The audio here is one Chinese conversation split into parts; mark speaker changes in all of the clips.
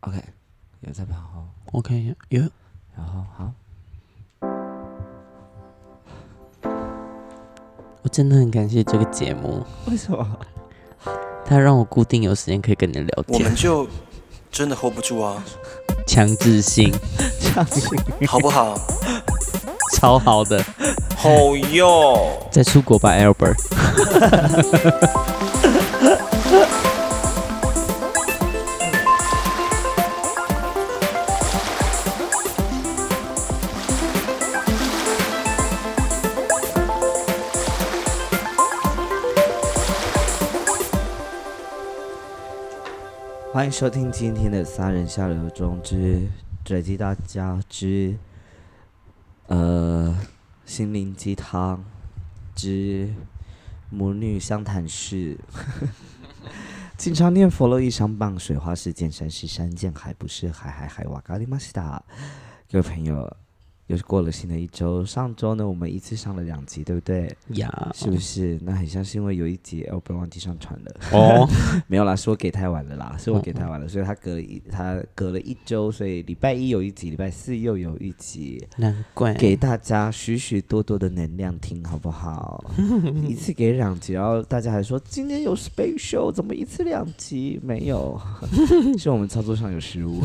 Speaker 1: OK，有在跑后，
Speaker 2: OK，有
Speaker 1: 然后好，
Speaker 2: 我真的很感谢这个节目，
Speaker 1: 为什么？
Speaker 2: 它让我固定有时间可以跟你聊
Speaker 3: 我
Speaker 2: 天，
Speaker 3: 们就真的 hold 不住啊，
Speaker 2: 强制 性
Speaker 3: 好不好？
Speaker 2: 超好的，
Speaker 3: 好哟。
Speaker 2: 再出国吧，Albert。
Speaker 1: 欢迎收听今天的三人下流中之转寄大家之呃心灵鸡汤之母女相谈室。 经常念佛楼一上棒，水花是见山是山，见海不是海，海海瓦嘎利马西达。各位朋友，又是过了新的一周。上周呢，我们一次上了两集，对不对？
Speaker 2: 呀，
Speaker 1: 是不是？那很像是因为有一集 a l b 忘记上传了。
Speaker 2: 哦，
Speaker 1: 没有啦，是我给太晚了啦，是我给太晚了，所以他隔了一他隔了一周，所以礼拜一有一集，礼拜四又有一集，
Speaker 2: 难 怪
Speaker 1: 给大家许许多多的能量听，好不好？一次给两集，然后大家还说今天有 special，怎么一次两集？没有，是我们操作上有失误，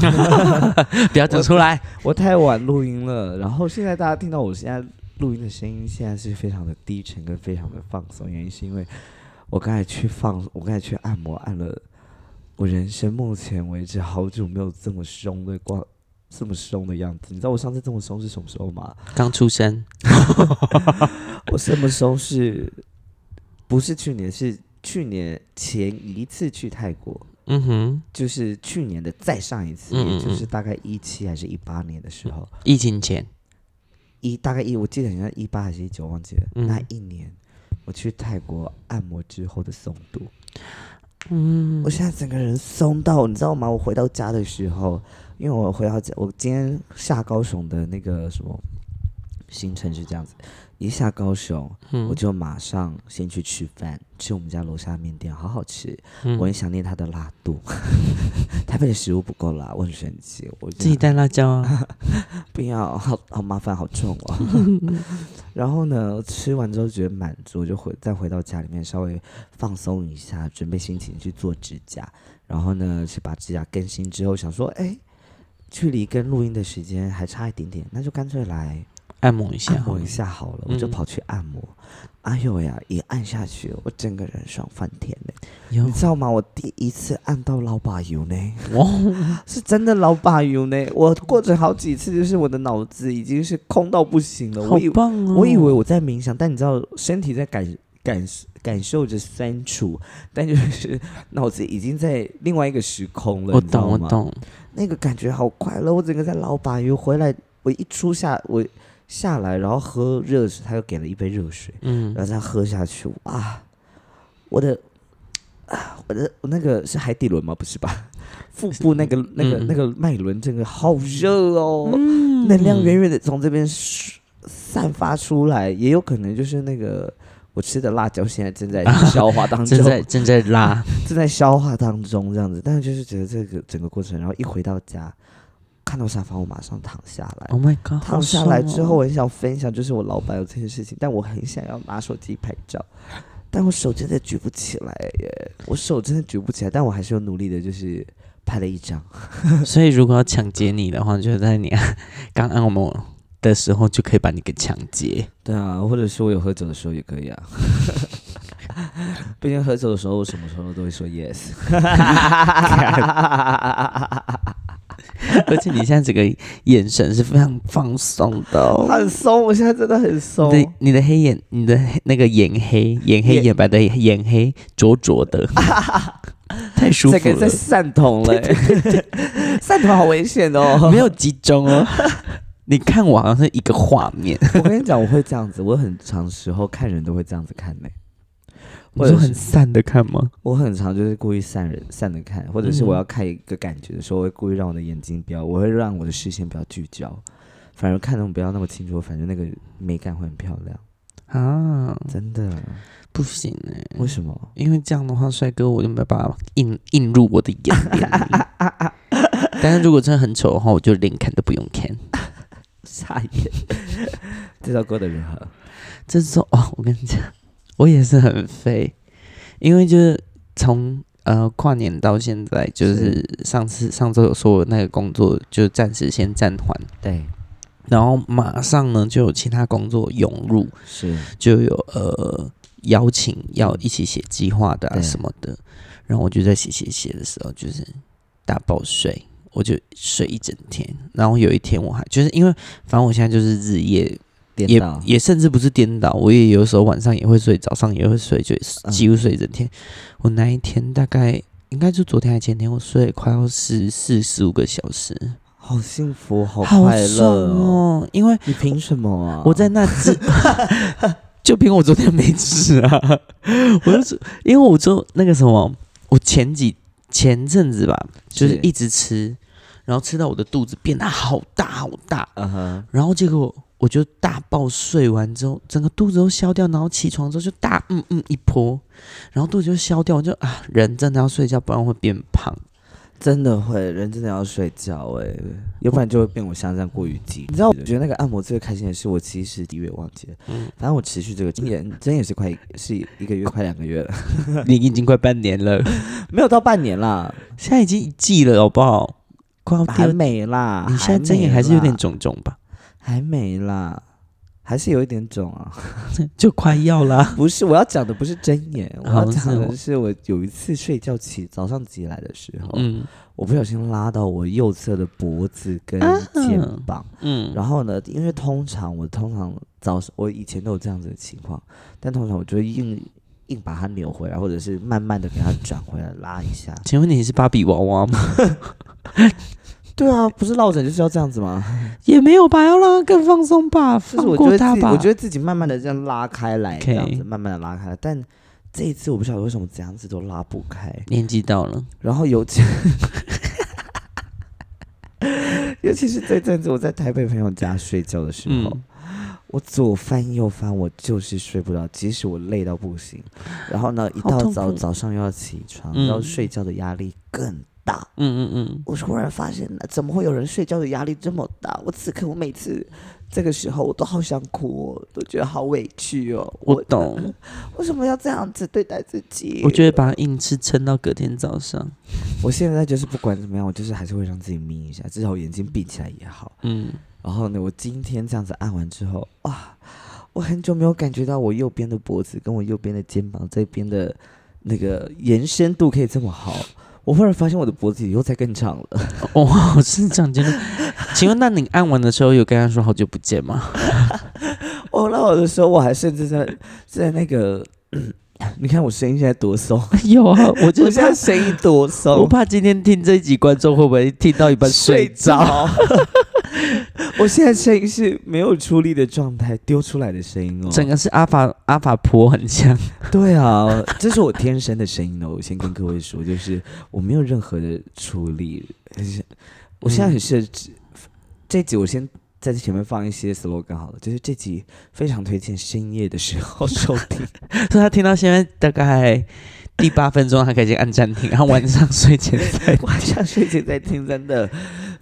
Speaker 2: 不要讲出来。
Speaker 1: 我太晚录音了，然后现在大家听到我现在录音的声音，现在是非常的低沉跟非常的放松，原因是因为我刚才去放，我刚才去按摩按了，我人生目前为止好久没有这么凶的光，这么凶的样子。你知道我上次这么凶是什么时候 吗？
Speaker 2: 刚出生，
Speaker 1: 我这么凶是，不是去年？是去年前一次去泰国。
Speaker 2: 嗯哼，
Speaker 1: 就是去年的再上一次，
Speaker 2: 嗯嗯
Speaker 1: 也就是
Speaker 2: 嗯
Speaker 1: 大概一七还是一八年的时候，
Speaker 2: 疫情前，
Speaker 1: 一大概一，我记得好像一八还是一九，忘记了。
Speaker 2: 嗯
Speaker 1: 那一年我去泰国按摩之后的松度，
Speaker 2: 嗯
Speaker 1: 我现在整个人松到，你知道吗？我回到家的时候，因为我回到家，我今天下高雄的那个什么行程是这样子，一下高雄
Speaker 2: 嗯
Speaker 1: 我就马上先去吃饭，吃我们家楼下面店，好好吃。
Speaker 2: 嗯
Speaker 1: 我很想念它的辣度， 台北的食物不够辣，我很生气。我
Speaker 2: 自己带辣椒 啊，
Speaker 1: 不要，好好麻烦，好重哦。 然后呢，吃完之后觉得满足，就回再回到家里面稍微放松一下，准备心情去做指甲。然后呢，去把指甲更新之后，想说，哎，距离跟录音的时间还差一点点，那就干脆来
Speaker 2: 按摩一下
Speaker 1: 按
Speaker 2: 好
Speaker 1: 摩
Speaker 2: 了，
Speaker 1: 一下好了。我就
Speaker 2: 嗯
Speaker 1: 跑去按摩，哎呦呀，一按下去，我整个人爽翻天嘞！
Speaker 2: 有
Speaker 1: 你知道吗？我第一次按到老把油呢。
Speaker 2: 哦，
Speaker 1: 是真的老把油呢。我过着好几次，就是我的脑子已经是空到不行了。
Speaker 2: 好
Speaker 1: 我以
Speaker 2: 棒哦！
Speaker 1: 我以为我在冥想，但你知道，身体在感感感受着酸楚，但就是脑子已经在另外一个时空了。
Speaker 2: 我
Speaker 1: 你知道
Speaker 2: 懂我
Speaker 1: 吗，
Speaker 2: 懂，
Speaker 1: 那个感觉好快乐。我整个在老把油回来，我一出下我下来，然后喝热水，他又给了一杯热水，
Speaker 2: 嗯
Speaker 1: 然后再喝下去，哇，我的。啊，我的我那个是海底轮吗？不是吧？ 腹部那个那个、
Speaker 2: 嗯
Speaker 1: 那个脉轮，整个好热哦，能量远远的从这边疏散发出来，也有可能就是那个我吃的辣椒现在正在消化当中，
Speaker 2: 正在正在拉，
Speaker 1: 正在消化当中这样子。但是就是觉得这个整个过程，然后一回到家，看到沙发我马上躺下来，
Speaker 2: Oh my god！
Speaker 1: 躺
Speaker 2: 好
Speaker 1: 下
Speaker 2: 爽
Speaker 1: 来之
Speaker 2: 哦
Speaker 1: 后，我很想分享，就是我老板有这件事情，但我很想要拿手机拍照，但我手真的举不起来耶，我手真的举不起来，但我还是有努力的，就是拍了一张。
Speaker 2: 所以如果要抢劫你的话，就在你啊 刚按摩的时候就可以把你给抢劫。
Speaker 1: 对啊，或者是我有喝酒的时候也可以啊。 毕竟喝酒的时候，我什么时候都会说 yes。
Speaker 2: 而且你现在整个眼神是非常放松的、哦，
Speaker 1: 很松，我现在真的很松。
Speaker 2: 你的你的黑眼，你的黑那个眼黑，眼黑
Speaker 1: 眼
Speaker 2: 眼白的眼黑，灼灼 的，太舒
Speaker 1: 这
Speaker 2: 服
Speaker 1: 个在
Speaker 2: 了，
Speaker 1: 散瞳了 欸，散瞳好危险哦。
Speaker 2: 没有集中 哦。你看我好像是一个画面，
Speaker 1: 我跟你讲，我会这样子，我很长时候看人都会这样子看呢、或
Speaker 2: 我就
Speaker 1: 者
Speaker 2: 很
Speaker 1: 是
Speaker 2: 散的看吗？
Speaker 1: 我很常就是故意散人散着看，或者是
Speaker 2: 嗯
Speaker 1: 我要看一个感觉的时候，我会故意让我的眼睛不要，我会让我的视线不要聚焦，反而看那种不要那么清楚，反正那个美感会很漂亮，
Speaker 2: 啊，
Speaker 1: 真的。
Speaker 2: 不行哎、
Speaker 1: 为什么？
Speaker 2: 因为这样的话，帅哥我就没办法映映入我的眼帘。但但是如果真的很丑的话，我就连看都不用看。
Speaker 1: 傻眼。这首歌的如何？
Speaker 2: 这时候哦哇，我跟你讲，我也是很废，因为就是从呃跨年到现在，就是上次上周有说我那个工作就暂时先暂缓，
Speaker 1: 对，
Speaker 2: 然后马上呢就有其他工作涌入，
Speaker 1: 是
Speaker 2: 就有呃邀请要一起写计划的、啊、
Speaker 1: 对
Speaker 2: 什么的，然后我就在写写写的时候就是大爆睡，我就睡一整天，然后有一天我还就是因为反正我现在就是日夜
Speaker 1: 颠
Speaker 2: 也
Speaker 1: 倒，
Speaker 2: 也甚至不是颠倒，我也有时候晚上也会睡，早上也会睡，就
Speaker 1: 嗯
Speaker 2: 几乎睡一整天。我那一天大概应该就昨天还前天，我睡快要十四十五个小时，
Speaker 1: 好幸福，好
Speaker 2: 好
Speaker 1: 快
Speaker 2: 爽
Speaker 1: 乐哦！
Speaker 2: 哦！因为
Speaker 1: 你凭什么啊？
Speaker 2: 我在那治，就凭我昨天没治啊，我就是因为我就那个什么，我前几前阵子吧，就是
Speaker 1: 是
Speaker 2: 一直吃，然后吃到我的肚子变得好大好大，
Speaker 1: 嗯哼，
Speaker 2: 然后结果我就大爆睡完之后，整个肚子都消掉，然后起床之后就大嗯嗯一泼，然后肚子就消掉，我就啊，人真的要睡觉，不然会变胖。
Speaker 1: 真的会，人真的要睡觉哎、要不然就会变我想象过于激。你知道，我觉得那个按摩最开心的是，我其实一月忘记了，
Speaker 2: 嗯
Speaker 1: 反正我持续这个经验，真也是快是一个月，快两个月了，
Speaker 2: 你已经快半年了，
Speaker 1: 没有到半年啦，
Speaker 2: 现在已经一季了，好不好？快要第
Speaker 1: 还
Speaker 2: 二，
Speaker 1: 没啦。
Speaker 2: 你现在
Speaker 1: 真
Speaker 2: 针眼还是有点，肿肿吧？
Speaker 1: 还没啦，还是有一点肿啊。
Speaker 2: 就快要啦。
Speaker 1: 不是，我要讲的哦不是真 言，我
Speaker 2: 好
Speaker 1: 要讲
Speaker 2: 是我
Speaker 1: 的是我有一次睡觉起早上起来的时候，
Speaker 2: 嗯
Speaker 1: 我不小心拉到我右侧的脖子跟肩膀，
Speaker 2: 嗯，
Speaker 1: 然后呢，因为通常我通常早上我以前都有这样子的情况，但通常我就会硬硬把它扭回来，或者是慢慢的给它转回来拉一下。
Speaker 2: 请问你是芭比娃娃吗？
Speaker 1: 对啊，不是落枕就是要这样子吗？
Speaker 2: 也没有吧，要让它更放松吧，
Speaker 1: 就是
Speaker 2: 放
Speaker 1: 我觉
Speaker 2: 过
Speaker 1: 得
Speaker 2: 它
Speaker 1: 自己，
Speaker 2: 吧。
Speaker 1: 我觉得自己慢慢的这样拉开来
Speaker 2: OK
Speaker 1: 这样子慢慢的拉开来，但这一次我不晓得为什么怎样子都拉不开。
Speaker 2: 年纪到了，
Speaker 1: 然后尤其 尤其是这阵子我在台北朋友家睡觉的时候，
Speaker 2: 嗯，
Speaker 1: 我左翻右翻，我就是睡不着，即使我累到不行。然后呢，一
Speaker 2: 好
Speaker 1: 到
Speaker 2: 痛
Speaker 1: 早
Speaker 2: 苦
Speaker 1: 早上又要起床，
Speaker 2: 嗯
Speaker 1: 然后睡觉的压力更大。
Speaker 2: 嗯嗯嗯，
Speaker 1: 我突然发现，怎么会有人睡觉的压力这么大？我此刻，我每次这个时候，我都好想哭、哦，都觉得好委屈哦。
Speaker 2: 我，懂。
Speaker 1: 为什么要这样子对待自己？
Speaker 2: 我就会把它硬是撑到隔天早上。
Speaker 1: 我现在就是不管怎么样，我就是还是会让自己眯一下，至少我眼睛闭起来也好。
Speaker 2: 嗯，
Speaker 1: 然后呢，我今天这样子按完之后，哇，我很久没有感觉到我右边的脖子跟我右边的肩膀这边的那个延伸度可以这么好。我忽然发现我的脖子又在更长了，
Speaker 2: 哦，我是这样觉得。请问，那你按完的时候有跟他说好久不见吗？
Speaker 1: 我哦拉我的时候，我还甚至在在那个，你看我声音现在多松，
Speaker 2: 有啊，我
Speaker 1: 我
Speaker 2: 就是
Speaker 1: 现
Speaker 2: 怕
Speaker 1: 在，声音多松，
Speaker 2: 我怕今天听这一集观众会不会听到一半 睡着？。
Speaker 1: 我现在声音是没有出力的状态丢出来的声音哦。
Speaker 2: 整个是阿法阿法婆很像，
Speaker 1: 对啊，这是我天生的声音哦。我先跟各位说，就是我没有任何的出力，我现在很适合这。这集我先在前面放一些 slogan 好了，就是这集非常推荐深夜的时候收听。
Speaker 2: 所以他听到现在大概第八分钟，他开始按暂停，然后晚上睡前再。
Speaker 1: 晚上睡前再听，真的，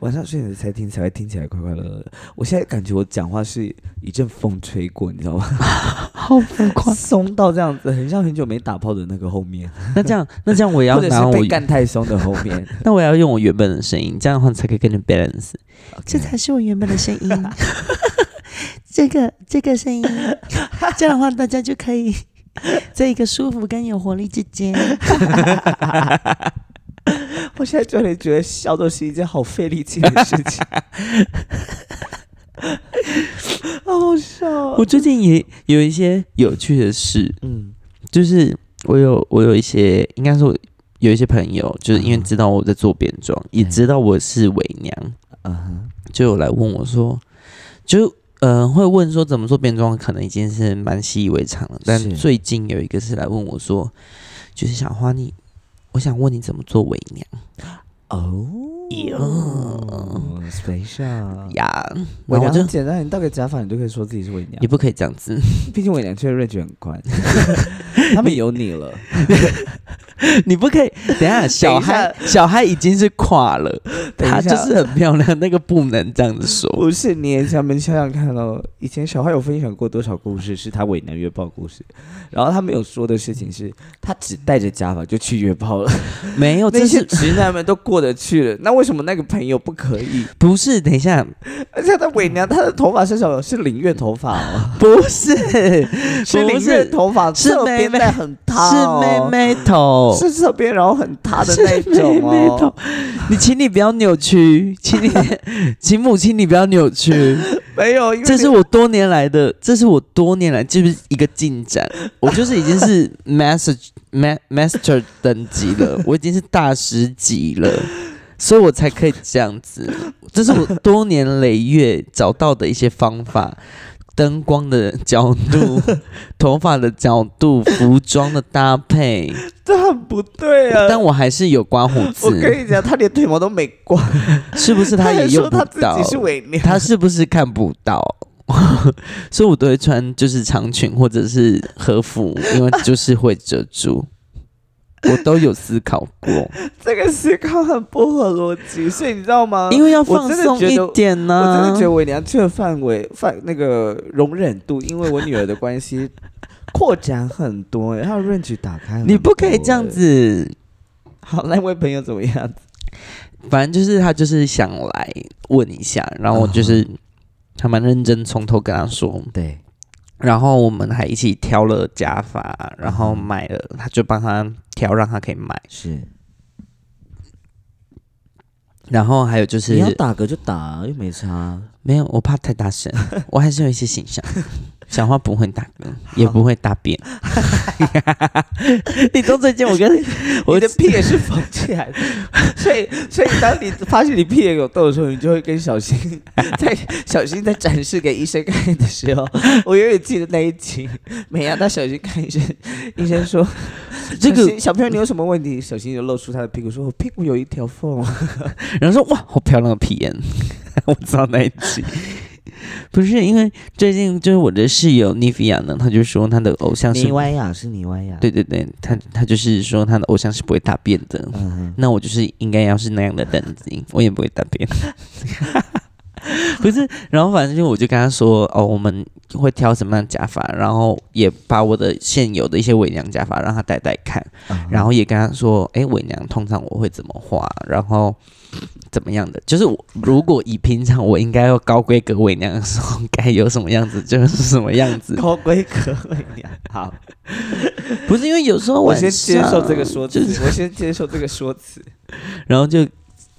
Speaker 1: 晚上睡前才听才会听起来快快乐乐的。我现在感觉我讲话是一阵风吹过，你知道吗？
Speaker 2: 好浮夸！
Speaker 1: 松到这样子，很像很久没打炮的那个后面，
Speaker 2: 那这样，那这样我也要
Speaker 1: 或者
Speaker 2: 拿
Speaker 1: 是
Speaker 2: 我
Speaker 1: 被，干太松的后 面。
Speaker 2: 那我也要用我原本的声音，这样的话才可以跟你 balance。
Speaker 1: 这才
Speaker 2: 是我原本的声音。这个这个 声音，这样的话大家就可以在一个舒服跟有活力之间。
Speaker 1: 我现在突然觉得笑都是一件好费力气的事 情，好好笑
Speaker 4: 啊
Speaker 1: 哦、
Speaker 2: 我最近也有一些有趣的事，
Speaker 1: 嗯，
Speaker 2: 就是我有我有一些，应该说有一些朋友，就是因为知道我在做变装，也知道我是伪娘，
Speaker 1: 嗯哼，
Speaker 2: 就有来问我说，就呃会问说怎么做变装，可能已经是蛮习以为常了。但
Speaker 1: 是
Speaker 2: 最近有一个是来问我说，就是小花你，我想问你怎么做伪娘
Speaker 1: 哦
Speaker 2: 哟
Speaker 1: ，special
Speaker 2: 呀？
Speaker 1: 伪
Speaker 2: 嗯然后我
Speaker 1: 娘很嗯
Speaker 2: 就
Speaker 1: 简单，你戴个假发，你就可以说自己是伪娘
Speaker 2: 你。不可以这样子，
Speaker 1: 毕竟伪娘确实 range 很宽，他们有你了。
Speaker 2: 你不可以等一下，小孩小孩已经是跨了，
Speaker 4: 等一
Speaker 2: 她
Speaker 4: 下
Speaker 2: 就是很漂亮，那个不能这样子说。
Speaker 4: 不是你也想没想想看哦，以前小花有分享过多少故事是她为难约炮故事，然后她没有说的事情是，她只带着假发就去约炮了，
Speaker 2: 没有，
Speaker 4: 那
Speaker 2: 这
Speaker 4: 些
Speaker 2: 哦是
Speaker 4: 直男们都过得去了，那为什么那个朋友不可以？
Speaker 2: 不是？等一下，
Speaker 4: 而且她伪娘，她的头发是什么？是领月头发 哦，
Speaker 2: 不是，
Speaker 4: 是
Speaker 2: 不
Speaker 4: 领月
Speaker 2: 是
Speaker 4: 头发，
Speaker 2: 是
Speaker 4: 侧
Speaker 2: 妹
Speaker 4: 边
Speaker 2: 妹
Speaker 4: 带很塌、
Speaker 2: 是
Speaker 4: 哦，
Speaker 2: 妹妹 头，
Speaker 4: 是侧边然后很塌的
Speaker 2: 是
Speaker 4: 那种哦。
Speaker 2: 妹妹头。 你请你不要扭曲，请你，请母亲你不要扭曲。
Speaker 4: 没有，因为
Speaker 2: 这是
Speaker 4: 你
Speaker 2: 我多年来的，这是我多年来就是一个进展。我就是已经是 master ma, master 等级 了，我已经是大师级了，所以我才可以这样子。这是我多年累月找到的一些方法。灯光的角 度、头发的角度、服装的搭配，
Speaker 4: 这很不对啊。
Speaker 2: 但我还是有刮胡
Speaker 4: 我跟
Speaker 2: 子，
Speaker 4: 你讲，她连腿毛都没刮，
Speaker 2: 是不是
Speaker 4: 她
Speaker 2: 也
Speaker 4: 还
Speaker 2: 用
Speaker 4: 说
Speaker 2: 不
Speaker 4: 她自
Speaker 2: 到
Speaker 4: 己？是伪 娘。
Speaker 2: 他是不是看不到？ 所以我都会穿就是长裙或者是和服，因为就是会遮 住。我都有思考过，
Speaker 4: 这个思考很不合逻辑，所以你知道吗？
Speaker 2: 因为要
Speaker 4: 我
Speaker 2: 放
Speaker 4: 真的
Speaker 2: 松
Speaker 4: 觉
Speaker 2: 一
Speaker 4: 得
Speaker 2: 点呢、
Speaker 4: 我真的觉得伪娘这个范围范那个容忍度，因为我女儿的 关系扩展很多、欸，她的 range 打开很
Speaker 2: 你不可以这样
Speaker 4: 多欸。
Speaker 2: 子。
Speaker 4: 好，那位朋友怎么样？
Speaker 2: 反正就是他就是想来问一下，然后我就是
Speaker 4: 嗯
Speaker 2: 还蛮认真，从头跟他说。
Speaker 1: 对，
Speaker 2: 然后我们还一起挑了假发，然后
Speaker 4: 嗯
Speaker 2: 买了，他就帮他挑，让他可以买。
Speaker 1: 是
Speaker 2: 然后还有就是
Speaker 1: 你要打嗝就打，又没 差。
Speaker 2: 没有，我怕太大声，我还是有一些形象。小花不会打嗝，也不会大便。你知道最近我 跟我
Speaker 4: 你的屁也是缝起来的，所以所以当你发现你屁眼有痘的时候，你就会跟小新 在小新在展示给医生看的 时候，我永远记得那一集，美亚带小新看医生，医生说
Speaker 2: 这
Speaker 4: 小
Speaker 2: 个
Speaker 4: 新，小朋友你有什么问
Speaker 1: 嗯
Speaker 4: 题？小新就露出他的屁股，说我屁股有一条 缝。
Speaker 2: 然后说哇，好漂亮的皮炎， 我知道那一集。 不是因为最近就是我的室友妮菲亚呢，她就说她的偶像是
Speaker 1: 泥，歪呀，是泥歪呀。
Speaker 2: 对，对对，她她就是说她的偶像是不会大便的。
Speaker 1: 嗯哼，
Speaker 2: 那我就是应该要是那样的等级，我也不会答辩。 不是，然后反正就我就跟他说，哦，我们会挑什么样的假发，然后也把我的现有的一些伪娘假发让他戴戴看，
Speaker 4: 啊
Speaker 2: 然后也跟他说，哎，伪娘通常我会怎么画，然后怎么样的，就是我如果以平常我应该要高规格伪娘的时候， 该有什么样子就是什么样子，
Speaker 4: 高规格伪娘， 好，
Speaker 2: 不是因为有时候
Speaker 4: 我
Speaker 2: 晚
Speaker 4: 先接受这个
Speaker 2: 上
Speaker 4: 说
Speaker 2: 就
Speaker 4: 辞
Speaker 2: 是，
Speaker 4: 我先接受这个说辞。
Speaker 2: 然后就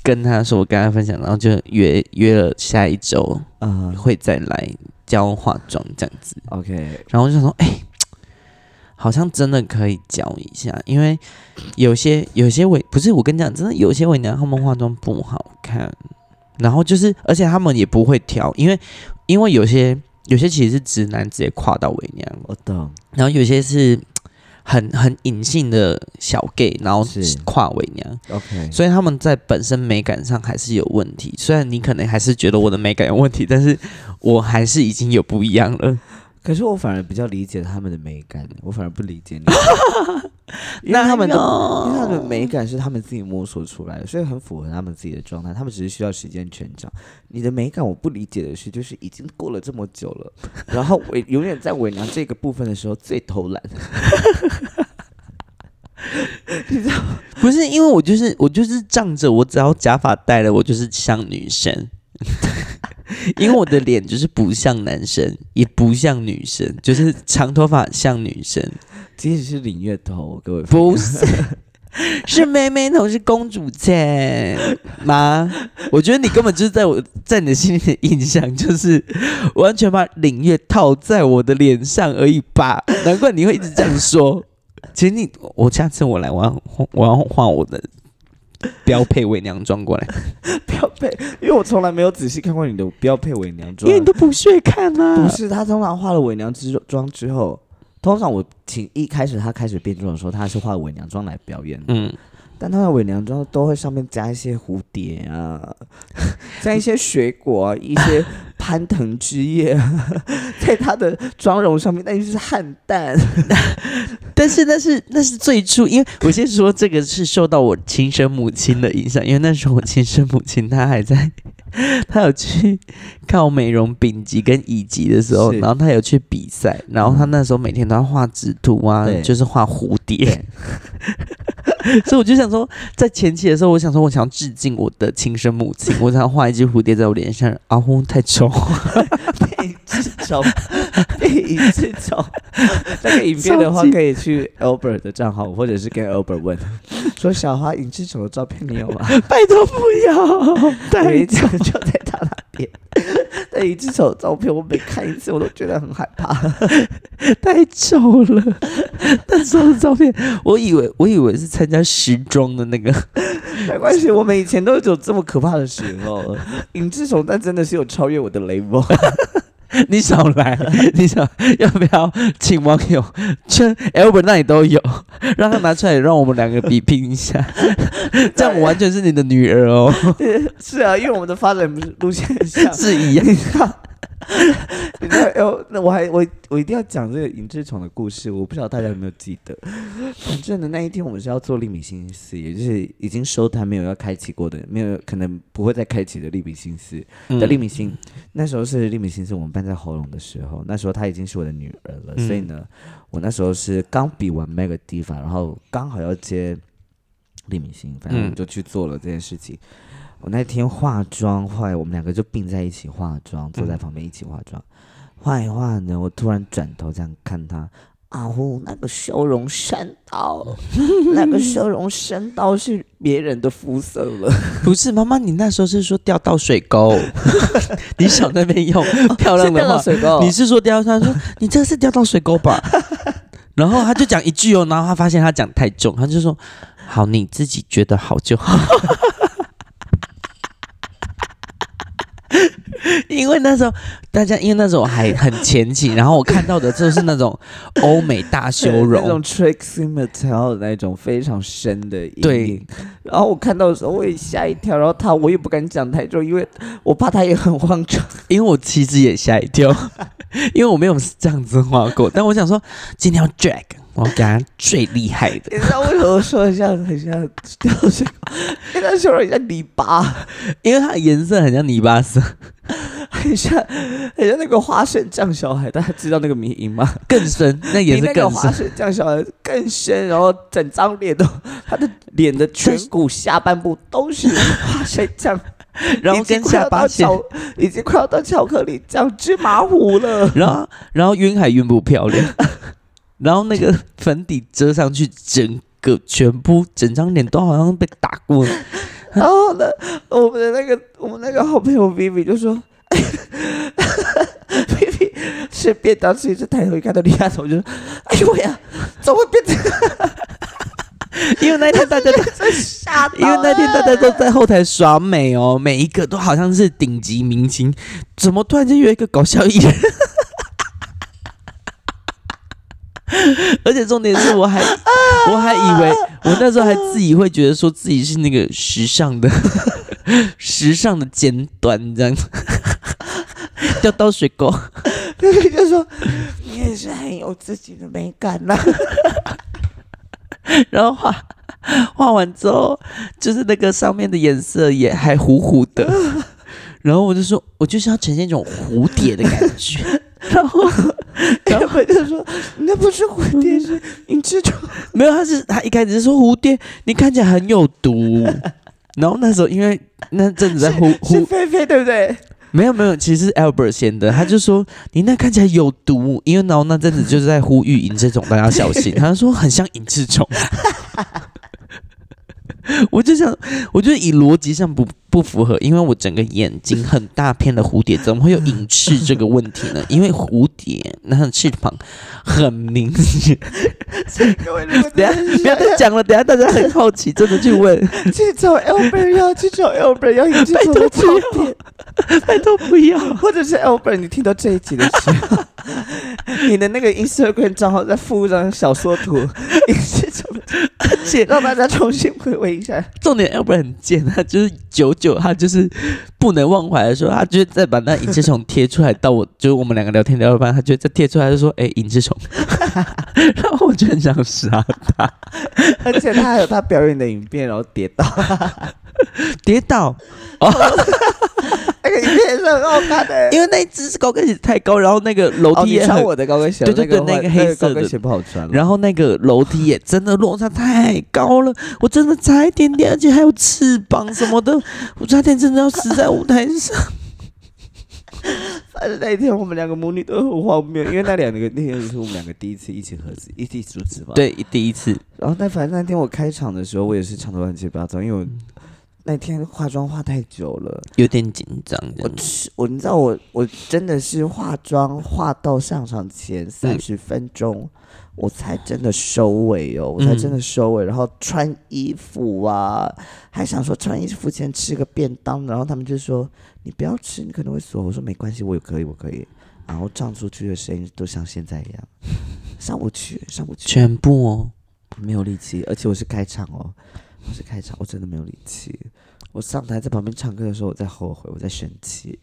Speaker 2: 跟他说，我跟他分享，然后就约约了下一周
Speaker 1: 啊
Speaker 2: 会再来教化妆这样子。
Speaker 1: ，OK，
Speaker 2: 然后我就想说，哎、好像真的可以教一下，因为有些有些伪不是我跟你讲，真的有些伪娘她们化妆不好看，然后就是而且她们也不会挑，因为因为有些有些其实是直男直接跨到伪娘，
Speaker 1: 我懂。
Speaker 2: 然后有些是很很隐性的小 gay，然后
Speaker 1: 是
Speaker 2: 跨伪娘。
Speaker 1: OK，
Speaker 2: 所以他们在本身美感上还是有问题。虽然你可能还是觉得我的美感有问题，但是我还是已经有不一样了。
Speaker 1: 可是我反而比较理解他们的美感，我反而不理 解你，因为
Speaker 2: 那
Speaker 1: 他们都因为他们的
Speaker 2: 都
Speaker 1: 美感是他们自己摸索出来的，所以很符合他们自己的状态。他们只是需要时间成长。你的美感，我不理解的是，就是已经过了这么久了， 然后我永远在伪娘这个部分的时候最偷懒。
Speaker 2: 不是因为我就是我就是仗着我只要假发戴了，我就是像女 生。因为我的脸就是不像男生，也不像女生，就是长头发像女生，
Speaker 1: 即使是领月头， 各位朋友
Speaker 2: 不是， 是妹妹头是公主切妈，我觉得你根本就是在我在你的心里的印象，就是完全把领月套在我的脸上而已吧。难怪你会一直这样 说。其实你，我下次我来，我要我要画我的标配伪娘妆过来，
Speaker 4: 标配，
Speaker 1: 因为我从来没有仔细看过你的标配伪娘
Speaker 2: 因
Speaker 1: 妆
Speaker 2: 为你。都不屑看
Speaker 1: 不
Speaker 2: 啊。
Speaker 1: 是，他通常化了伪娘之妆之后，通常我请一开始他开始变装的时候，他是化伪娘妆来表演的。
Speaker 2: 嗯，
Speaker 1: 但他的伪娘 妆都会上面加一些蝴蝶啊，加一些水果啊，一些攀藤之叶，啊 在他的妆容上面，那就是汉蛋。
Speaker 2: 但是那是那是最初，因为我先说这个是受到我亲生母亲的影响，因为那时候我亲生母亲她还在， 她有去靠美容丙级跟乙级的时候，
Speaker 1: 是
Speaker 2: 然后她有去比赛，然后她那时候每天都要画纸图啊
Speaker 5: 对，
Speaker 2: 就是画蝴蝶。 所以我就想说，在前期的时候，我想说，我想要致敬我的亲生母亲，我想要画一只蝴蝶在我脸上，啊呼，太丑。
Speaker 1: 被这种， 被这种，那个影片的话
Speaker 2: 超级
Speaker 1: 可以去 Albert 的账号，或者是跟 Albert 问， 说小花尹志雄的照片你有啊吗？
Speaker 2: 拜托不要，
Speaker 1: 有
Speaker 2: 太
Speaker 1: 一张
Speaker 2: 丑。
Speaker 1: 就在他那 边，那尹志雄的照片我每看一次我都觉得很害怕。
Speaker 2: 太丑了！ 那时候的照片，我以为我以为是参加时装的那 个，
Speaker 1: 没关系，我们以前都有这么可怕的哦时候。尹志雄但真的是有超越我的 level，
Speaker 2: 你少来，你想要不要请网友圈 Albert 那里都有，让他拿出来让我们两个比拼一下， 这样我完全是你的女儿哦，
Speaker 1: 是啊，因为我们的发展路线很像。
Speaker 2: 是一 样。
Speaker 1: 你知道，呃那我还我我一定要讲这个尹志宠的故事，我不知道大家有没有记得。反正呢，那一天我们是要做利米星四，也就是已经收摊没有要开启过的，没有可能不会再开启的利米星四
Speaker 2: 嗯
Speaker 1: 的利米星。嗯那时候是利米星四，我们办在喉咙的时候，那时候她已经是我的女儿了，
Speaker 2: 嗯
Speaker 1: 所以呢，我那时候是刚比完那个地方，然后刚好要接利米星，反正我们
Speaker 2: 嗯
Speaker 1: 就去做了这件事情。我那天化妆，后来我们两个就并在一起化妆，
Speaker 2: 嗯
Speaker 1: 坐在旁边一起化妆。画一画呢，我突然转头这样看他，啊呼，那个修容山刀， 那个修容山刀是别人的肤色了。
Speaker 2: 不是妈妈，你那时候是说掉到水沟， 你想那边用漂 亮的话，
Speaker 1: 水沟
Speaker 2: 你是说掉到？他说你这是掉到水沟吧？ 然后他就讲一句哦，然后他发现他讲太重，他就说：“好，你自己觉得好就好。” 因为那时候大家，因为那时候我还很前期，然后我看到的就是那种欧美大修
Speaker 1: 那种
Speaker 2: 容，
Speaker 1: Trixie Mattel 的那种非常深的阴
Speaker 2: 对
Speaker 1: 影。然后我看到的时候，我也吓一跳，然后他我也不敢讲太重，因为我怕他也很慌张。
Speaker 2: 因为我其实也吓一跳， 因为我没有这样子画过，但我想说今天要 drag，我要给他最厉害的。
Speaker 1: 你知道为什么说像很像掉水沟？因为他修容很像泥巴。
Speaker 2: 因为它的颜色很像泥巴色，
Speaker 1: 很像很像那个花生酱小孩，大家知道那个迷因吗？
Speaker 2: 更 深，那颜色
Speaker 1: 比那个
Speaker 2: 更
Speaker 1: 花
Speaker 2: 深。
Speaker 1: 生酱小孩更深，然后整张脸都，他的脸的颧骨、下半部都是花生酱，
Speaker 2: 然后
Speaker 1: 已经
Speaker 2: 跟
Speaker 1: 快
Speaker 2: 下
Speaker 1: 要到
Speaker 2: 巴线，
Speaker 1: 巧，已经快要到巧克力酱芝麻糊了。
Speaker 2: 然后然后晕还晕不漂亮， 然后那个粉底遮上去，整个全部整张脸都好像被打过。
Speaker 1: 然后呢，我们的那个我们那个好朋友 Vivi 就说。Vivi 是便当吃一次，抬头一看到李亚彤，就说：“哎呦喂呀，怎么会变成
Speaker 2: 因为那天大家都，
Speaker 1: 傻？”
Speaker 2: 因为那天大家都在后台耍美哦，每一个都好像是顶级明星，怎么突然间有一个搞笑艺人？ 而且重点是，我 还我还以为我那时候还自己会觉得说自己是那个时尚的 时尚的尖端这样 子，叫倒水沟。
Speaker 1: 对对，就说你也是很有自己的美感呐、
Speaker 2: 然后画画完之后，就是那个上面的颜色也还糊糊 的，然后我就说，我就是要呈现一种蝴蝶的感觉。 然后
Speaker 1: 然后我就说那不是蝴蝶，是你这种。
Speaker 2: 没有，他是他一开始是说蝴蝶，你看起来很有毒。 然后那时候因为那阵子在呼
Speaker 1: 是
Speaker 2: 呼，
Speaker 1: 菲菲对不 对？
Speaker 2: 没有没有，其实是 Albert 先的，他就说你那看起来有毒，因为然后那阵子就是在呼吁银翅虫，大家要小心。他说很像银翅虫， 我就想，我觉得以逻辑上不不符合，因为我整个眼睛很大片的蝴蝶，怎么会有隐翅这个问题呢？因为蝴蝶那它的翅膀很明显。
Speaker 1: 因为如果
Speaker 2: 等一下不要再讲了，等一下大家很好奇，真的去问，
Speaker 1: 去找 Albert 要去找 Albert 要，你这
Speaker 2: 拜
Speaker 1: 种
Speaker 2: 托不
Speaker 1: 照
Speaker 2: 要
Speaker 1: 片，
Speaker 2: 拜托不要。
Speaker 1: 或者是 Albert，你听到这一集的时 候，你的那个 Instagram 账号再附一张小缩图，你这种
Speaker 2: 而且
Speaker 1: 让大家重新回味一下。
Speaker 2: 重点要不然很贱，他 就是久久他就是不能忘怀的说，他就是再把那尹志雄贴出来到我， 就是我们两个聊天聊到一半，他就再贴出来就说，哎、尹志雄， 然后我就很想杀他，
Speaker 1: 而且他还有他表演的影片，然后跌倒，
Speaker 2: 跌倒，
Speaker 1: 那个影片是很好看的。
Speaker 2: 因为那一只是高跟鞋太高，然后那个楼
Speaker 1: 哦
Speaker 2: 梯
Speaker 1: 你
Speaker 2: 也
Speaker 1: 穿
Speaker 2: 很，
Speaker 1: 我的高跟鞋，
Speaker 2: 对对对
Speaker 1: 那
Speaker 2: 那个
Speaker 1: 个
Speaker 2: 黑
Speaker 1: 那
Speaker 2: 色
Speaker 1: 高跟
Speaker 2: 的
Speaker 1: 鞋不好穿了。
Speaker 2: 然后那个楼梯也真的落差太高了，我真的差一点点，而且还有翅膀什么的，我差点真的要死在舞台 上。
Speaker 1: 反正那一天我们两个母女都很荒谬，因为那两个那天是我们两个第一次一起合资，一起主持嘛。。
Speaker 2: 对，第一次，
Speaker 1: 然后那反正那天我开场的时候，我也是唱的乱七八糟，因为我那天化妆化太久了，
Speaker 2: 有点紧张这
Speaker 1: 我
Speaker 2: 样子，
Speaker 1: 去，我你知道我我真的是化妆化到上场前三十分钟，我才真的收尾哦，我才真的收尾，然后穿衣服啊，还想说穿衣服前吃个便当，然后他们就说你不要吃，你可能会锁。我说没关系，我有可以，我可以。然后唱出去的声音都像现在一样，上不去，上不去，
Speaker 2: 全部哦。
Speaker 1: 没有力气，而且我是开场哦，我是开场，我真的没有力气。我上台在旁边唱歌的时候，我在后悔，我在生气，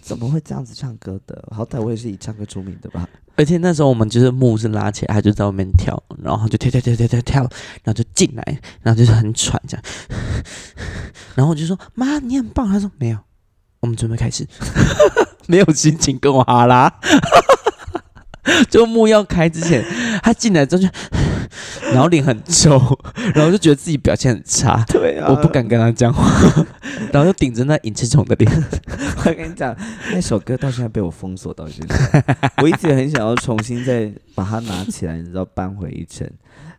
Speaker 1: 怎么会这样子唱歌的？好歹我也是以唱歌出名的吧？
Speaker 2: 而且那时候我们就是幕是拉起来，他就在外面跳，然后就跳跳跳跳跳跳，然后就进来，然后就是很喘这样， 然后我就说妈你很棒，他说没有，我们准备开始， 没有心情跟我哈拉， 就幕要开之前，他进来之后就，然后脸很臭，然后就觉得自己表现很差，
Speaker 1: 对啊
Speaker 2: 我不敢跟他讲话，然后就顶着那尹志崇的脸，
Speaker 1: 我跟你讲，那首歌到现在被我封锁到现在， 我一直很想要重新再把它拿起来，你知道搬回一层，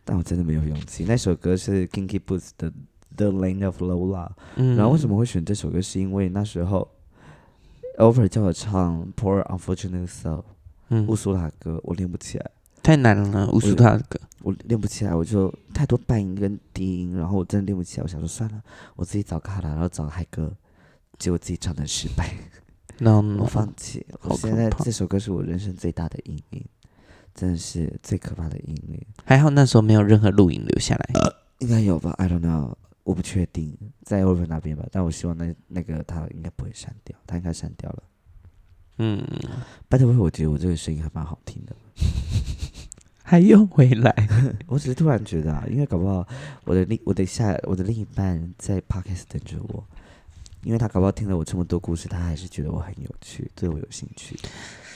Speaker 1: 但我真的没有勇气。那首歌是 Kinky Boots 的《The Lane of Lola》，
Speaker 2: 嗯
Speaker 1: 然后为什么会选这首歌？是因为那时候 Over 叫我唱《Poor Unfortunate Soul》
Speaker 2: 嗯
Speaker 1: 乌苏拉歌，我练不起来，
Speaker 2: 太难了，无数他的歌，
Speaker 1: 我练不起来，我就太多半音跟低音，然后我真的练不起来。我想说算了，我自己找卡拉，然后找嗨歌，结果自己唱的失败。
Speaker 2: 然后呢
Speaker 1: 我放弃，我
Speaker 2: 嗯好
Speaker 1: 现
Speaker 2: 可
Speaker 1: 在
Speaker 2: 怕
Speaker 1: 这首歌是我人生最大的阴影，真的是最可怕的阴影，
Speaker 2: 还好那时候没有任何录影留下来。
Speaker 1: 应该有吧？I don't know，我不确定，在 Over 那边吧，但我希望那那个他应该不会删掉，他应该删掉了。
Speaker 2: 嗯，
Speaker 1: 拜托，我觉得我这个声音还蛮好听的，
Speaker 2: 还又回来，
Speaker 1: 我只是突然觉得啊，因为搞不好我的另我的下我的另一半在 Podcast 等着我。因为他搞不好听了我这么多故事，他还是觉得我很有趣，对我有兴趣。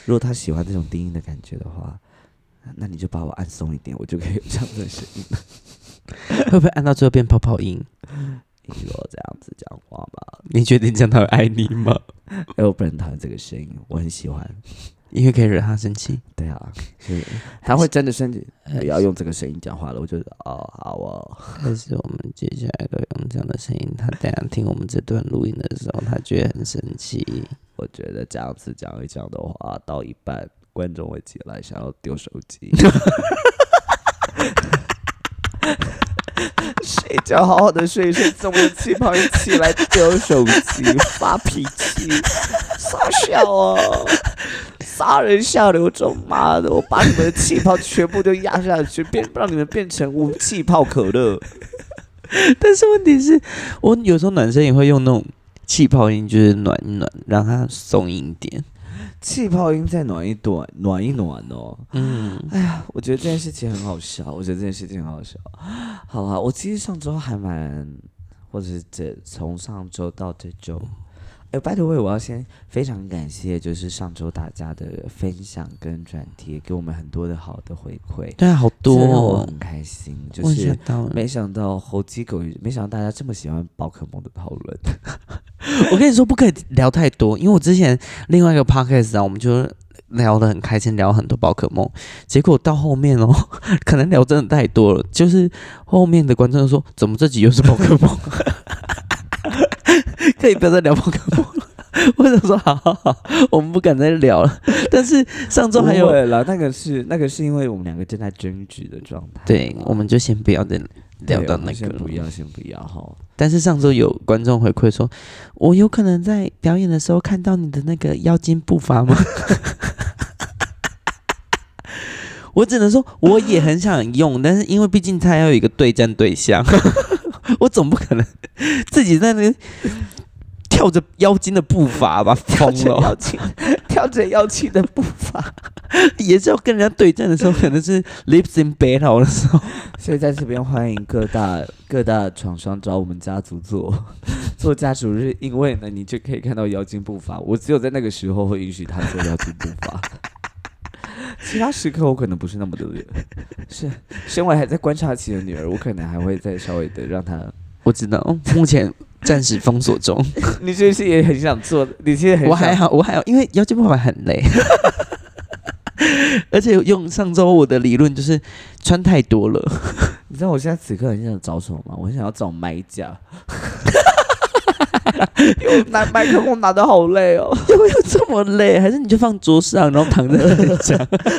Speaker 1: 如果他喜欢这种低音的感觉的话，那你就把我按松一点，我就可以有这样的声音。
Speaker 2: 会不会按到最后变泡泡音？
Speaker 1: 你如果这样子讲话嘛，
Speaker 2: 你觉得这样他会爱你吗？
Speaker 1: 哎、我本人讨厌这个声音，我很喜欢。
Speaker 2: 因为可以惹他生气。
Speaker 1: 对啊，所以他会真的生气，
Speaker 2: 呃哎
Speaker 1: 不要用这个声音讲话了。我就哦，好哦，
Speaker 2: 但是我们接下来都用这样的声音，他等下听我们这段录音的时候，他觉得很生气。
Speaker 1: 我觉得这样子讲一讲的话，到一半观众会起来想要丢手机。睡觉，好好的睡一睡，这么有气泡一起来丢手机，发脾气，傻笑哦，杀人下流中，妈的，我把你们的气泡全部都压下去，变让你们变成无气泡可乐。
Speaker 2: 但是问题是，我有时候暖身也会用那种气泡音，就是暖一暖，让它松一点。
Speaker 1: 气泡音再暖一暖，暖一暖哦。
Speaker 2: 嗯，
Speaker 1: 我觉得这件事情很好笑，我觉得这件事情很好笑。好啦，我其实上周还蛮，或者是这从上周到这周，哎、拜托 b 我要先非常感谢，就是上周大家的分享跟转贴，给我们很多的好的回馈，
Speaker 2: 对啊，好多、
Speaker 1: 这让我
Speaker 2: 哦
Speaker 1: 很，开心。就
Speaker 2: 我
Speaker 1: 是
Speaker 2: 想到了。
Speaker 1: 没想到猴鸡狗，没想到大家这么喜欢宝可梦的讨论。
Speaker 2: 我跟你说，不可以聊太多，因为我之前另外一个 podcast 啊，我们就聊得很开心，聊很多宝可梦，结果到后面哦， 可能聊真的太多了，就是后面的观众就说，怎么这集又是宝可梦？ 可以不要再聊宝可梦了。我想说，好好好，我们不敢再聊了。但是上周还
Speaker 1: 不
Speaker 2: 有，
Speaker 1: 会啦，那个是那个是因为我们两个正在争执的状态啦。
Speaker 2: 对，我们就先不要再
Speaker 1: 对
Speaker 2: 聊到
Speaker 1: 我们
Speaker 2: 那个
Speaker 1: 先
Speaker 2: 了
Speaker 1: 不。要，先不要哈。
Speaker 2: 但是上周有观众回馈说，我有可能在表演的时候看到你的那个腰间步伐吗？ 我只能说我也很想用，但是因为毕竟它要有一个对战对象， 我总不可能自己在那边跳着妖精的步伐吧，
Speaker 4: 跳
Speaker 2: 疯
Speaker 4: 着
Speaker 2: 了
Speaker 4: 妖。气，跳着妖气的步伐。
Speaker 2: 也是要跟人家对战的时候，可能是 lips in battle 的时候，
Speaker 1: 所以在这边欢迎各大各大厂商找我们家族做 做家族日，因为呢，你就可以看到妖精步伐。我只有在那个时候会允许他做妖精步伐， 其他时刻我可能不是那么的。是，身为还在观察期的女儿，我可能还会再稍微的让她。
Speaker 2: 我知道，目前暂时封锁中。
Speaker 1: 你是不是也很想做？你现在 很
Speaker 2: 我还好，我还好，因为腰间盘很累， 而且用上周我的理论就是穿太多了，
Speaker 1: 你知道我现在此刻很想找什么吗？我很想要找买 家。
Speaker 4: 拿麦克风拿的好累哦，
Speaker 2: 要不要这么累？还是你就放桌上，然后躺在那里讲，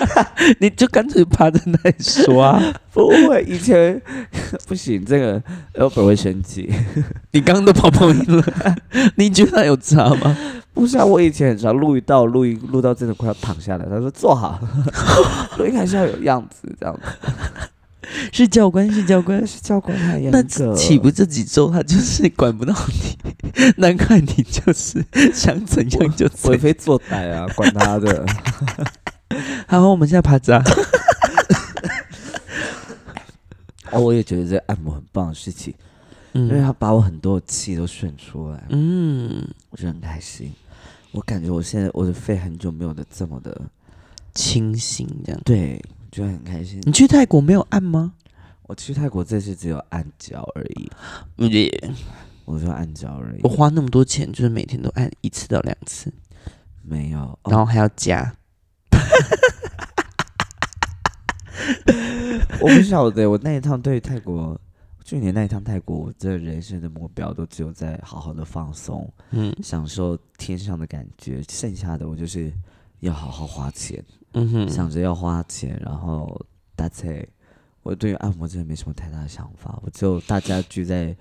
Speaker 2: 你就干脆趴在那里说啊？
Speaker 4: 不会，以前
Speaker 1: 不行，这个 Albert 会生气。
Speaker 2: 你刚刚都跑跑音了， 你觉得有差吗？
Speaker 1: 不是啊，我以前很常录一道录一录到真的快要躺下来，他说坐好，
Speaker 4: 录音还是要有样子这样子。
Speaker 2: 是教官，是教官
Speaker 4: 但。是教官太严
Speaker 2: 那
Speaker 4: 格，
Speaker 2: 岂不这几周他就是管不到你？ 难怪你就是想怎样就怎
Speaker 1: 为
Speaker 2: 样。
Speaker 1: 非作歹啊，管他的。
Speaker 2: 好，我们现在爬着啊。
Speaker 1: 哦，我也觉得这个按摩很棒的事情，因为
Speaker 2: 嗯
Speaker 1: 他把我很多的气都顺出来，
Speaker 2: 嗯，
Speaker 1: 我觉得很开心。我感觉我现在我的肺很久没有的这么的，
Speaker 2: 清醒这样。
Speaker 1: 对，嗯我觉得很开心。
Speaker 2: 你去泰国没有按吗？
Speaker 1: 我去泰国这次只有按脚而已，我说按脚而已
Speaker 2: 我，花那么多钱，就是每天都按一次到两次，
Speaker 1: 没有。
Speaker 2: 然
Speaker 1: 哦，
Speaker 2: 后还要加。
Speaker 1: 我不晓得，我那一趟对泰国，去年那一趟泰国，我这人生的目标都只有在好好的放松，
Speaker 2: 嗯
Speaker 1: 享受天上的感觉，剩下的我就是要好好花钱，
Speaker 2: 嗯哼，
Speaker 1: 想着要花钱，然后 that's it。我对于按摩真的没什么太大的想法，我只有大家聚在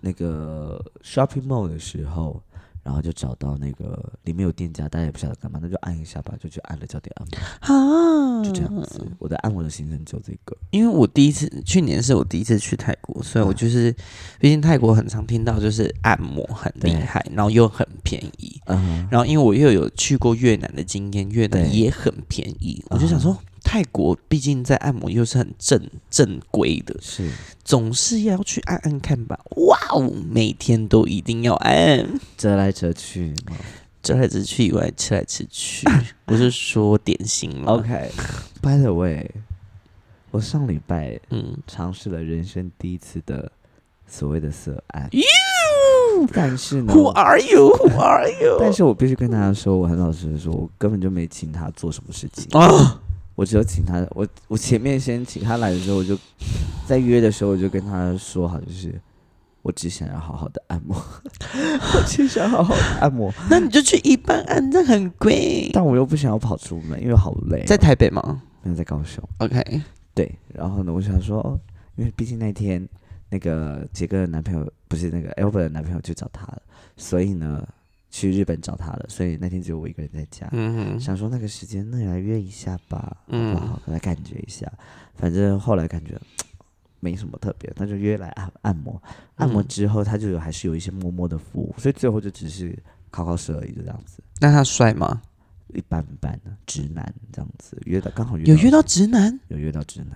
Speaker 1: 那个 shopping mall 的时候，然后就找到那个里面有店家，大家也不晓得干嘛，那就按一下吧，就去按了焦点按摩，
Speaker 2: 啊，
Speaker 1: 就这样子。我的按摩的行程只有这个，
Speaker 2: 因为我第一次去年是我第一次去泰国，所以我就是，毕竟泰国很常听到就是按摩很厉害，然后又很便宜，
Speaker 1: 嗯，
Speaker 2: 然后因为我又有去过越南的经验，越南
Speaker 1: 对
Speaker 2: 也很便宜，我就想说。泰国毕竟在按摩又是很正正规的，
Speaker 1: 是
Speaker 2: 总是要去按按看吧。哇哦，每天都一定要按，
Speaker 1: 折来折去嘛。
Speaker 2: 折来折去以外，吃来 吃去，我是说点心了。
Speaker 1: OK，By、the way，我上礼拜
Speaker 2: 嗯，
Speaker 1: 尝试了人生第一次的所谓的色爱
Speaker 2: You
Speaker 1: 但是呢，
Speaker 2: who are you? Who are you?
Speaker 1: 但是我必须跟大家说，我很老实的说，我根本就没请他做什么事情，
Speaker 2: 啊，
Speaker 1: 我只有请他，我我前面先请他来的时候，我就在约的时候，我就跟他说好，就是我只想要好好的按摩，我只想好好的按摩，
Speaker 2: 那你就去一般按，这很贵。
Speaker 1: 但我又不想要跑出门，因为好累哦、
Speaker 2: 在台北吗
Speaker 1: 没有在高雄。
Speaker 2: ？OK，
Speaker 1: 对，然后呢，我想说，哦，因为毕竟那天那个杰哥的男朋友不是那个 Albert 的男朋友去找他了，所以呢去日本找他了，所以那天只有我一个人在家。
Speaker 2: 嗯哼，
Speaker 1: 想说那个时间，那你来约一下吧，
Speaker 2: 嗯
Speaker 1: 好不好？来感觉一下。反正后来感觉没什么特别，那就约来按按摩。按摩
Speaker 2: 嗯
Speaker 1: 之后，他就有还是有一些摸摸的服务，所以最后就只是烤烤舌而已，就这样子，
Speaker 2: 那他帅吗？
Speaker 1: 一般般的直男这样子。约到刚好约
Speaker 2: 有约
Speaker 1: 到
Speaker 2: 到直男？
Speaker 1: 有约到直男，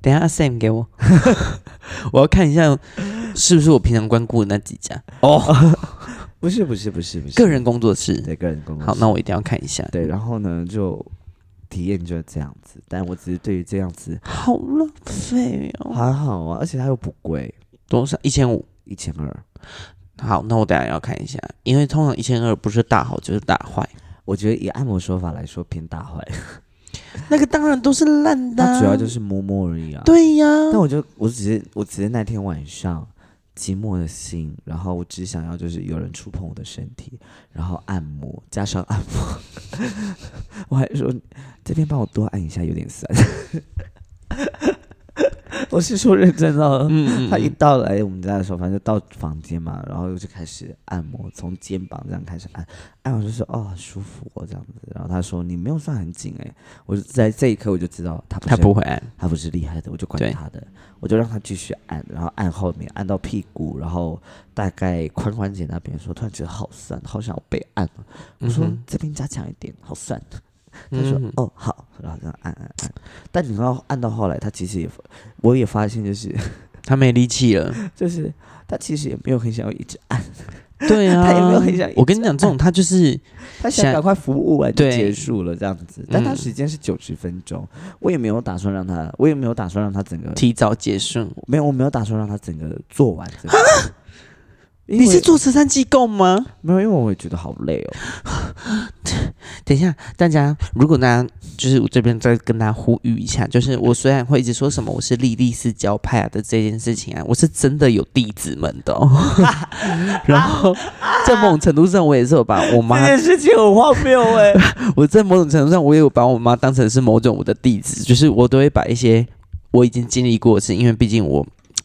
Speaker 2: 等一下 Sam 给我， 我要看一下是不是我平常光顾的那几家
Speaker 1: 不是不是不是不是
Speaker 2: 个人工作室。
Speaker 1: 哦对个人工作
Speaker 2: 好，
Speaker 1: 室
Speaker 2: 那我一定要看一下。
Speaker 1: 对，然后呢就体验就是这样子，但我只是对于这样子
Speaker 2: 好浪费哦，
Speaker 1: 还好啊，而且它又不贵，
Speaker 2: 多少？一千五。
Speaker 1: 一千二。
Speaker 2: 好，那我等一下要看一下，因为通常一千二不是大好就是大坏，
Speaker 1: 我觉得以按摩手法来说偏大坏，
Speaker 2: 那个当然都是烂的啊、
Speaker 1: 它主要就是摸摸而已啊。，
Speaker 2: 对呀、
Speaker 1: 但我就我只是我只是那天晚上寂寞的心，然后我只想要就是有人触碰我的身体，然后按摩加上按摩， 我还说这边帮我多按一下，有点酸。 我是说认真的哦。
Speaker 2: 嗯
Speaker 1: 他一到来我们家的时候，反正到房间嘛，然后就开始按摩，从肩膀这样开始按，按我就说哦好舒服哦这样子。然后他说你没有算很紧哎、我就在这一刻我就知道他不
Speaker 2: 他
Speaker 1: 是
Speaker 2: 不会按，
Speaker 1: 他不是厉害的，我就管
Speaker 2: 对
Speaker 1: 他的，我就让他继续按，然后按后面，按到屁股，然后大概髋关节那边的时候，突然觉得好酸，好想要被按哦。我说、
Speaker 2: 嗯
Speaker 1: 这边加强一点，好酸。他
Speaker 2: 哼
Speaker 1: 说、
Speaker 2: 嗯哼
Speaker 1: 哦好，然后这样按按按。但你要按到后来，他其实也，我也发现就是
Speaker 2: 他没力 气了。
Speaker 1: 就是他其实也没有很想要一直按，
Speaker 2: 对啊，
Speaker 1: 他也没有很想
Speaker 2: 我跟你讲，这种他就是
Speaker 1: 他想赶快服务完就
Speaker 2: 对
Speaker 1: 结束了这样子。但他
Speaker 2: 嗯
Speaker 1: 时间是九十分钟，我也没有打算让他，我也没有打算让他整个
Speaker 2: 提早结束。
Speaker 1: 没有，我没有打算让他整个做完这个。因为
Speaker 2: 啊你是做慈善机构吗？
Speaker 1: 没有？因为我也觉得好累哦。
Speaker 2: 等一下，大家，如果大家就是我这边再跟大家呼吁一下，就是我虽然会一直说什么我是莉莉丝教派啊的这件事情啊，我是真的有弟子们的、哦，然后在某种程度上，我也是有把我妈，
Speaker 1: 事情很荒谬哎、
Speaker 2: 我在某种程度上，我也有把我妈当成是某种我的弟子，就是我都会把一些我已经经历过的事，因为毕竟我。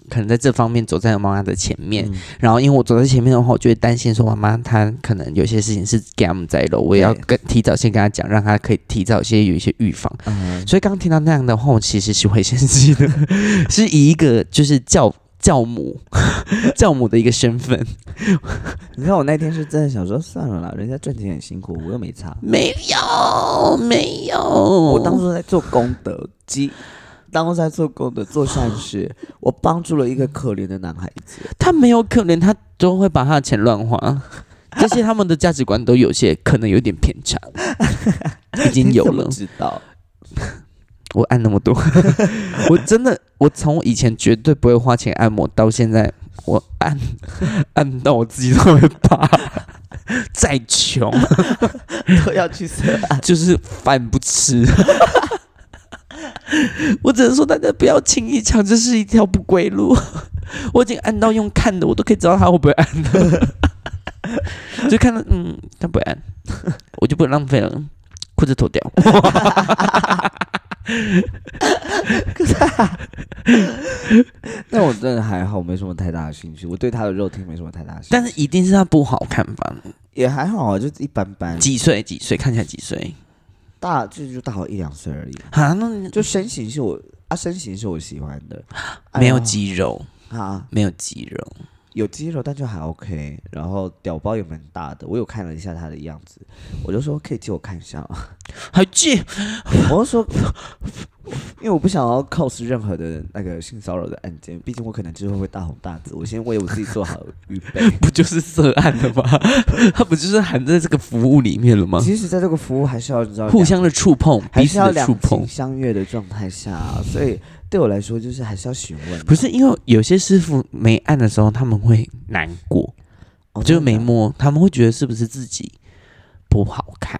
Speaker 2: 可能在这方面走在我妈妈的前面，然后因为我走在前面的话，我就会担心说妈妈她可能有些事情是给他们在漏，我也要
Speaker 1: 对
Speaker 2: 跟提早先跟她讲，让她可以提早先有一些预防。
Speaker 1: 嗯，
Speaker 2: 所以刚刚听到那样的话，我其实是会生气 的，是以一个就是教教母教母的一个身份，
Speaker 1: 你看我那天是真的想说算了啦，人家赚钱很辛苦，我又没差。
Speaker 2: 没有没有，
Speaker 1: 我
Speaker 2: 我
Speaker 1: 当初在做功德积，当初在做功德做善事，我帮助了一个可怜的男孩子。
Speaker 2: 他没有可能，他都会把他的钱乱 花。这些他们的价值观都有些可能有点偏 差，已经有
Speaker 1: 你怎么
Speaker 2: 了。
Speaker 1: 知道？
Speaker 2: 我按那么多， 我真的，我从以前绝对不会花钱按摩，到现在我按 按到我自己都会怕。再穷
Speaker 1: 都要去死啊！
Speaker 2: 就是饭不吃。 我只能说，大家不要轻易抢，这是一条不归路。我已经按到用看的，我都可以知道他会不会按的， 就看到嗯，他不会按，我就不浪费了，裤子脱掉。
Speaker 1: 但我真的还好，没什么太大的兴趣，我对他的肉体没什么太大的兴趣，
Speaker 2: 但是一定是他不好看吧？
Speaker 1: 也还好啊，就一般般，
Speaker 2: 几岁？几岁？看起来几岁？
Speaker 1: 大就就大我一两岁而已。
Speaker 2: 啊，那你
Speaker 1: 就身形是我啊，身形是我喜欢的，
Speaker 2: 没有
Speaker 1: 哎呀
Speaker 2: 肌肉，
Speaker 1: 啊，
Speaker 2: 没有肌肉。
Speaker 1: 有肌肉，但就还 OK。然后屌包也蛮大的，我有看了一下他的样子，我就说可以借我看一下吗？
Speaker 2: 还记
Speaker 1: 我就说，因为我不想要 cos 任何的那个性骚扰的案件，毕竟我可能之后会大红大紫，我先为我自己做好预 备。
Speaker 2: 不就是涉案了吗？ 他不就是含在这个服务里面了吗？
Speaker 1: 其实，在这个服务还是要你知道
Speaker 2: 互
Speaker 1: 两
Speaker 2: 相的触碰，
Speaker 1: 还
Speaker 2: 彼
Speaker 1: 是
Speaker 2: 此
Speaker 1: 要
Speaker 2: 的触
Speaker 1: 两情
Speaker 2: 碰，
Speaker 1: 相悦的状态下、啊所以对我来说就是还是要询问啊、
Speaker 2: 不是因为有些师傅没按的时候他们会难过，
Speaker 1: 哦，
Speaker 2: 就
Speaker 1: 真
Speaker 2: 是
Speaker 1: 的
Speaker 2: 没
Speaker 1: 啊
Speaker 2: 摸，他们会觉得是不是自己不好看？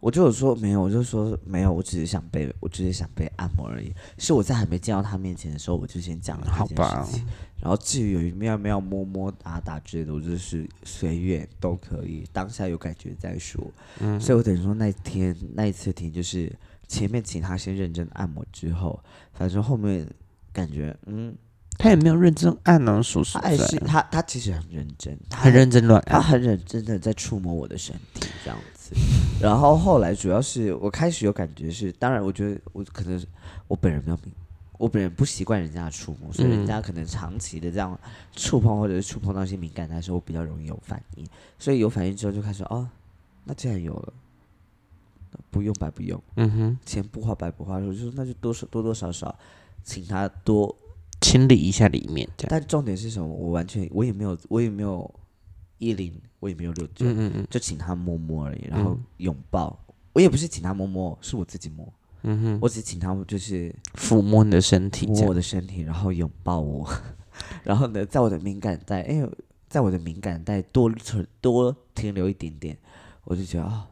Speaker 1: 我就有说没有，我就说没有，我只是想被，我只是想被按摩而已。是我在还没见到他面前的时候，我就先讲了
Speaker 2: 啊好
Speaker 1: 这件
Speaker 2: 吧
Speaker 1: 事情。然后至于有喵喵、摸摸、打打之类的，我就是随缘都可以，当下有感觉再说。
Speaker 2: 嗯，
Speaker 1: 所以我等于说那天那一次停，就是前面请他先认真按摩之后，反正后面感觉嗯，
Speaker 2: 他也没有认真按啊呢，叔叔
Speaker 1: 他爱是啊他他其实很认真，他
Speaker 2: 很认真乱
Speaker 1: 他
Speaker 2: 按，
Speaker 1: 很认真的在触摸我的身体这样子。然后后来主要是我开始有感觉是，当然我觉得我可能我本人比较敏，我本人不习惯人家的触摸，所以
Speaker 2: 嗯
Speaker 1: 人家可能长期的这样触碰或者是触碰到一些敏感带的时候，我比较容易有反应。所以有反应之后就开始哦，那既然有了，那不用白不用，
Speaker 2: 嗯哼，
Speaker 1: 钱不花白不花，我就说那就多少多多少少请他多
Speaker 2: 清理一下里面这样。
Speaker 1: 但重点是什么？我完全我也没有，我也没有一零，我也没有六九，
Speaker 2: 嗯嗯嗯
Speaker 1: 就请他摸摸而已，然后拥抱。我也不是请他摸摸，是我自己摸，
Speaker 2: 嗯哼，
Speaker 1: 我只请他就是
Speaker 2: 抚摸你的身体这
Speaker 1: 摸我
Speaker 2: 样。
Speaker 1: 的身体，然后拥抱我， 然后呢，在我的敏感带，因为在我的敏感带多存多停留一点点，我就觉得啊、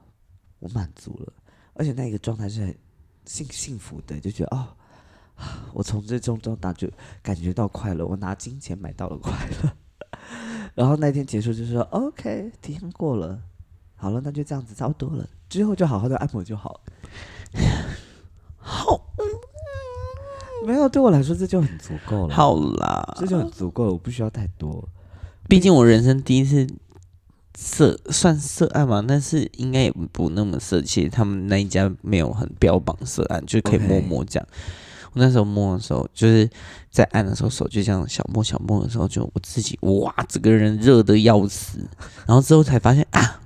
Speaker 1: 我满足了，而且那个状态是很幸幸福的，就觉得哦。啊我从这中中打就感觉到快乐，我拿金钱买到了快乐。 然后那天结束就说 OK，体验过了，好了，那就这样子差不多了， 之后就好好的按摩就好了。
Speaker 2: 好，
Speaker 1: 嗯没有，对我来说这就很足够了。，
Speaker 2: 好啦，
Speaker 1: 这就很足够了，我不需要太多。
Speaker 2: 毕竟我人生第一次涉算涉案嘛，但是应该也不那么涉。其实他们那一家没有很标榜涉案，就可以
Speaker 1: OK
Speaker 2: 摸摸这样。我那时候摸的时候，就是在按的时候，手就这样小摸小摸的时候，就我自己哇，整个人热的要死。 然后之后才发现啊，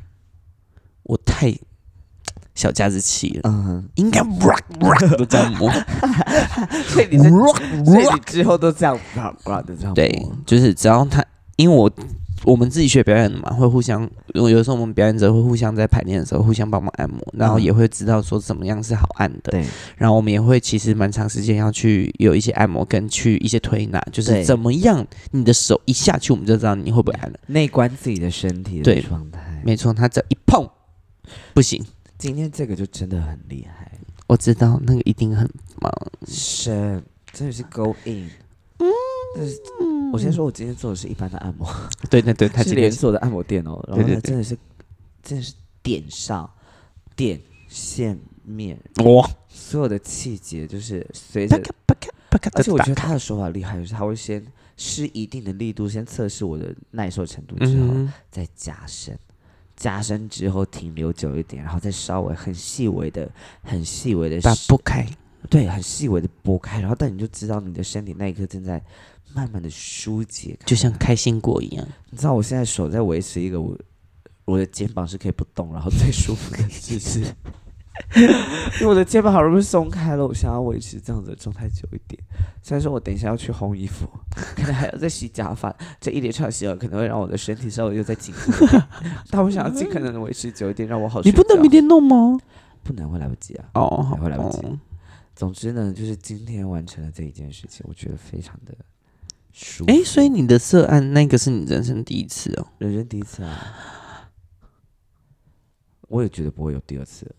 Speaker 2: 我太小家子气了，
Speaker 1: 嗯，
Speaker 2: 应该 rock rock 都这样 摸。
Speaker 4: 所以 你是，所以你之后都这样啪啪的这样。
Speaker 2: 对，就是只要他，因为我我们自己学表演的嘛，会互相，有有时候我们表演者会互相在排练的时候互相帮忙按摩，然后
Speaker 1: 嗯
Speaker 2: 也会知道说怎么样是好按的，
Speaker 1: 对，
Speaker 2: 然后我们也会其实蛮长时间要去有一些按摩跟去一些推拿，就是
Speaker 1: 对
Speaker 2: 怎么样你的手一下去我们就知道你会不会按了，
Speaker 1: 内观自己的身体的
Speaker 2: 对
Speaker 1: 状态。
Speaker 2: 没错，他只要一碰不行，
Speaker 1: 今天这个就真的很厉害，
Speaker 2: 我知道那个一定很忙，
Speaker 1: 深，真的是 go in。但是我先说，我今天做的是一般的按摩，
Speaker 2: 对对对，他
Speaker 1: 是
Speaker 2: 今
Speaker 1: 连
Speaker 2: 天
Speaker 1: 锁的按摩店哦，然后
Speaker 2: 对对
Speaker 1: 它
Speaker 2: 对
Speaker 1: 真的是，真的是点上，点线面，
Speaker 2: 哇，
Speaker 1: 所有的细节就是随
Speaker 2: 啪
Speaker 1: 着
Speaker 2: 咔啪咔啪咔，
Speaker 1: 而且我觉得
Speaker 2: 得
Speaker 1: 他的手法厉害，就是他会先施一定的力度，先测试我的耐受程度之后，
Speaker 2: 嗯哼，
Speaker 1: 再加深，加深之后停留久一点，然后再稍微很细微的、很细微的
Speaker 2: 打不开，
Speaker 1: 对，很细微的拨开，然后但你就知道你的身体那一刻正在慢慢的疏解开，
Speaker 2: 就像开心果一样。
Speaker 1: 你知道我现在手在维持一个我我的肩膀是可以不动，然后最舒服的姿势。 因为我的肩膀好容易松开了，我想要维持这样子的状态久一点。虽然说我等一下要去烘衣服，可能还要再洗假发，这一连串洗耳可能会让我的身体稍微又再紧绷一点， 但我想要尽可能的维持久一点，让我好睡
Speaker 2: 你
Speaker 1: 觉。
Speaker 2: 不能明天弄吗？
Speaker 1: 不能会来不及啊！
Speaker 2: 哦，好
Speaker 1: 会来不及
Speaker 2: 哦
Speaker 1: 总之呢，就是今天完成了这一件事情，我觉得非常的舒服。
Speaker 2: 哎、所以你的涉案那个是你人生第一次哦。
Speaker 1: 人生第一次啊，我也觉得不会有第二次了。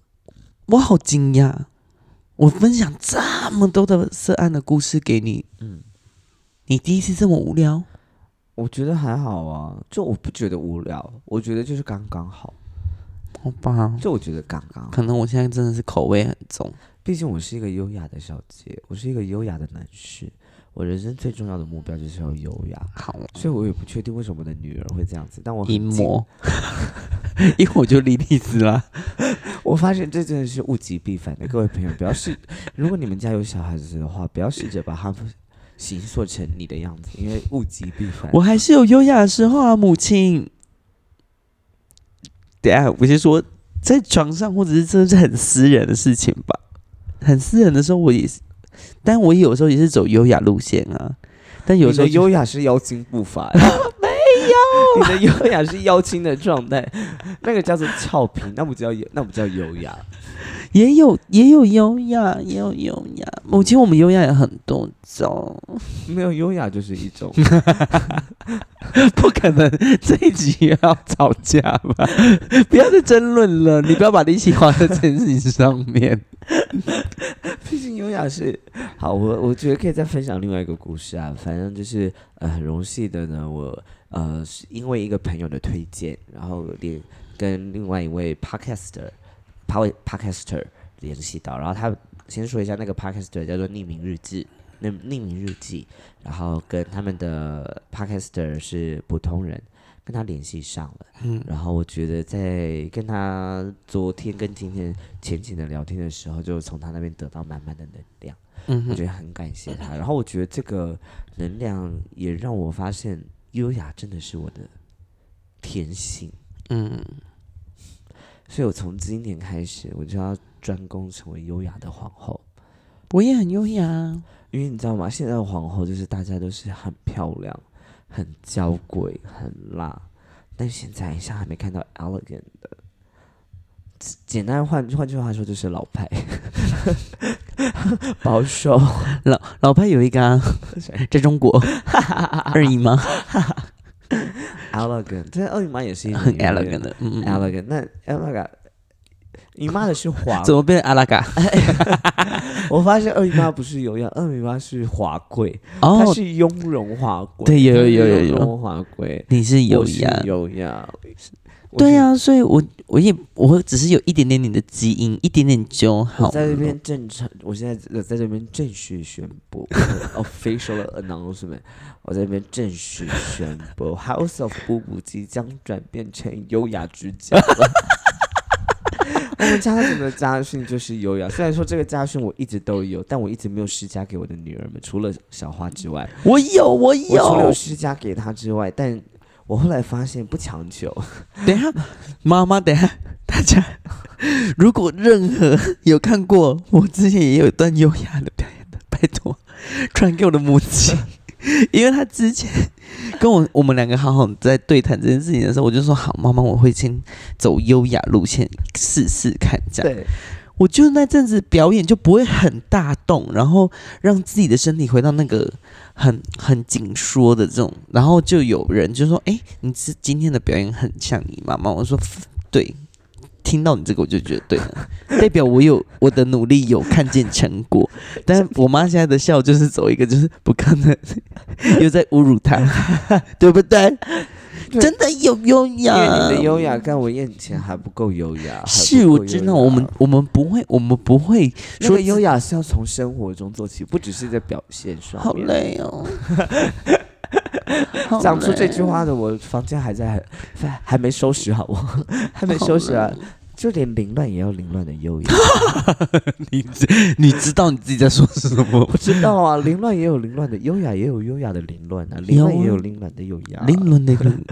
Speaker 2: 我好惊讶，我分享这么多的涉案的故事给你，
Speaker 1: 嗯，
Speaker 2: 你第一次这么无聊？
Speaker 1: 我觉得还好啊，就我不觉得无聊，我觉得就是刚刚好，
Speaker 2: 好吧，
Speaker 1: 就我觉得刚刚好。
Speaker 2: 可能我现在真的是口味很重。
Speaker 1: 毕竟我是一个优雅的小姐，我是一个优雅的男士，我人生最重要的目标就是要优雅。
Speaker 2: 好，
Speaker 1: 所以我也不确定为什么我的女儿会这样子，但我很
Speaker 2: 淫
Speaker 1: 敬
Speaker 2: 魔， 一会我就莉莉丝啦。
Speaker 1: 我发现这真的是物极必反 的，各位朋友，不要试。如果你们家有小孩子的话，不要试着把他们形塑成你的样子，因为物极必反。
Speaker 2: 我还是有优雅的时候啊，母亲。等一下，我是说，在床上或者是这是很私人的事情吧，很私人的时候，我也是，但我有时候也是走优雅路线啊。但有
Speaker 1: 你
Speaker 2: 时候
Speaker 1: 的
Speaker 2: 就啊
Speaker 1: 优雅是妖精步 伐，没有， 你的优雅是妖精的状态，那个叫做俏皮，那不叫优，那不叫优雅。
Speaker 2: 也有也有优雅，也有优雅。母亲，我们优雅有很多种，
Speaker 1: 没有优雅就是一种，
Speaker 2: 不可能这一集又要吵架吧？ 不要再争论了，你不要把力气花在这件事情上面。
Speaker 1: 毕竟优雅是好。我我觉得可以再分享另外一个故事啊，反正就是呃，很荣幸的呢，我呃是因为一个朋友的推荐，然后连跟另外一位 podcaster，p o podcaster 联系到，然后他先说一下那个 podcaster 叫做匿名日记。那匿名日记，然后跟他们的 podcaster 是普通人，跟他联系上了。
Speaker 2: 嗯，
Speaker 1: 然后我觉得在跟他昨天跟今天浅浅的聊天的时候，就从他那边得到满满的能量，
Speaker 2: 嗯
Speaker 1: 我
Speaker 2: 哼
Speaker 1: 觉得很感谢他。然后我觉得这个能量也让我发现，优雅真的是我的天性，
Speaker 2: 嗯。
Speaker 1: 所以我从今年开始，我就要专攻成为优雅的皇后。
Speaker 2: 我也很优雅啊，
Speaker 1: 因为你知道吗？现在的皇后就是大家都是很漂亮、很娇贵、很辣，但现在一下还没看到 elegant 的。简简单换换句话说，就是老派、 保守。
Speaker 2: 老老派有一个、啊、在中 国二姨妈
Speaker 1: elegant，这二姨妈也是一种
Speaker 2: 很
Speaker 1: 女
Speaker 2: elegant
Speaker 1: 人
Speaker 2: 的，嗯，嗯
Speaker 1: elegant。那 elegant，姨妈的是华
Speaker 2: 怎么变成阿拉嘎？
Speaker 1: 我发现二姨妈不是有雅，二姨妈是华贵，她
Speaker 2: 哦，
Speaker 1: 是雍容华贵。
Speaker 2: 对有
Speaker 1: 她是
Speaker 2: 有有有
Speaker 1: 雍
Speaker 2: 有
Speaker 1: 容华贵。
Speaker 2: 你是
Speaker 1: 有
Speaker 2: 优雅，
Speaker 1: 有呀，
Speaker 2: 对、啊，所以我我也我只是有一点点你的基因，一点点就好
Speaker 1: 我
Speaker 2: 了。
Speaker 1: 在这边正常，我现在在在这边正式宣布 official announcement，我在这边正式宣布 House of 布布即将转变成优雅之家了。 我们家族的家训就是优雅，虽然说这个家训我一直都有，但我一直没有施加给我的女儿们，除了小花之外，
Speaker 2: 我有，我
Speaker 1: 我除了有
Speaker 2: 有。
Speaker 1: 施加给她之外，但我后来发现不强求，
Speaker 2: 等一下，妈妈，等一下， 大家如果任何有看过我之前也有一段优雅的表演的，拜托 传给我的母亲， 因为她之前跟我我们两个好好在对谈这件事情的时候，我就说好，妈妈，我会先走优雅路线试试看，这样。
Speaker 1: 对，
Speaker 2: 我就那阵子表演就不会很大动，然后让自己的身体回到那个很很紧缩的这种，然后就有人就说：“哎、你这今天的表演很像你妈妈。”我说：“对。”听到你这个，我就觉得对了， 代表我有我的努力有看见成 果。但我妈现在的笑就是走一个，就是不可能， 又在侮辱她， 对不对？
Speaker 1: 对
Speaker 2: 真的有优
Speaker 1: 因
Speaker 2: 雅，
Speaker 1: 为你的优雅在我眼前还不够优雅，还不
Speaker 2: 是
Speaker 1: 够
Speaker 2: 我
Speaker 1: 优
Speaker 2: 知道，
Speaker 1: 雅
Speaker 2: 我们我们不会，我们不会
Speaker 1: 那
Speaker 2: 说
Speaker 1: 个
Speaker 2: 自
Speaker 1: 优雅是要从生活中做起，不只是在表现上。
Speaker 2: 好。累 哦。好
Speaker 1: 讲出这句
Speaker 2: 累，
Speaker 1: 话的我，房间还在，还还没收拾好不 好？还没
Speaker 2: 好
Speaker 1: 收拾啊
Speaker 2: 累！
Speaker 1: 就连凌乱也要凌乱的优 雅，
Speaker 2: 你知你知道你自己在说什么？
Speaker 1: 我知道啊，凌乱也有凌乱的优雅，也有优雅的凌乱啊，凌
Speaker 2: 有
Speaker 1: 乱也
Speaker 2: 啊
Speaker 1: 有凌乱的优雅。
Speaker 2: 凌，乱的人，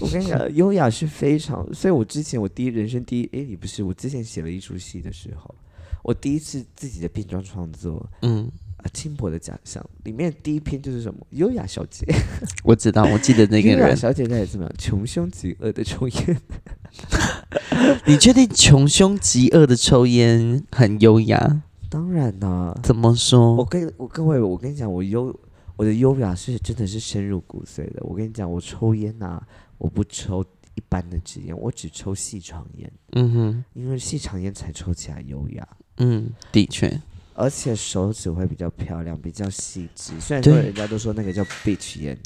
Speaker 1: 我跟你讲，优雅是非常，所以我之前我第一人生第一，诶，也不是，我之前写了一出戏的时候，我第一次自己的变装创作
Speaker 2: 嗯，
Speaker 1: 啊，轻薄的假象里面第一篇就是什么优雅小姐，
Speaker 2: 我知道，我记得 那个
Speaker 1: 优雅
Speaker 2: 人。
Speaker 1: 小姐在怎么样？穷凶极恶的抽烟，
Speaker 2: 你确定穷凶极恶的抽烟很优雅？
Speaker 1: 当然啦、
Speaker 2: 怎么
Speaker 1: 我
Speaker 2: 说？
Speaker 1: 跟我各位，我跟你讲，我优我的优雅是真的是深入骨髓的。我跟你讲，我抽烟呐、我不抽一般的纸烟，我只抽细长烟，
Speaker 2: 嗯哼，
Speaker 1: 因为细长烟才抽起来优雅，
Speaker 2: 嗯，的确，
Speaker 1: 而且手指会比较漂亮，比较细致。虽然说
Speaker 2: 对
Speaker 1: 人家都说那个叫 bitch 烟，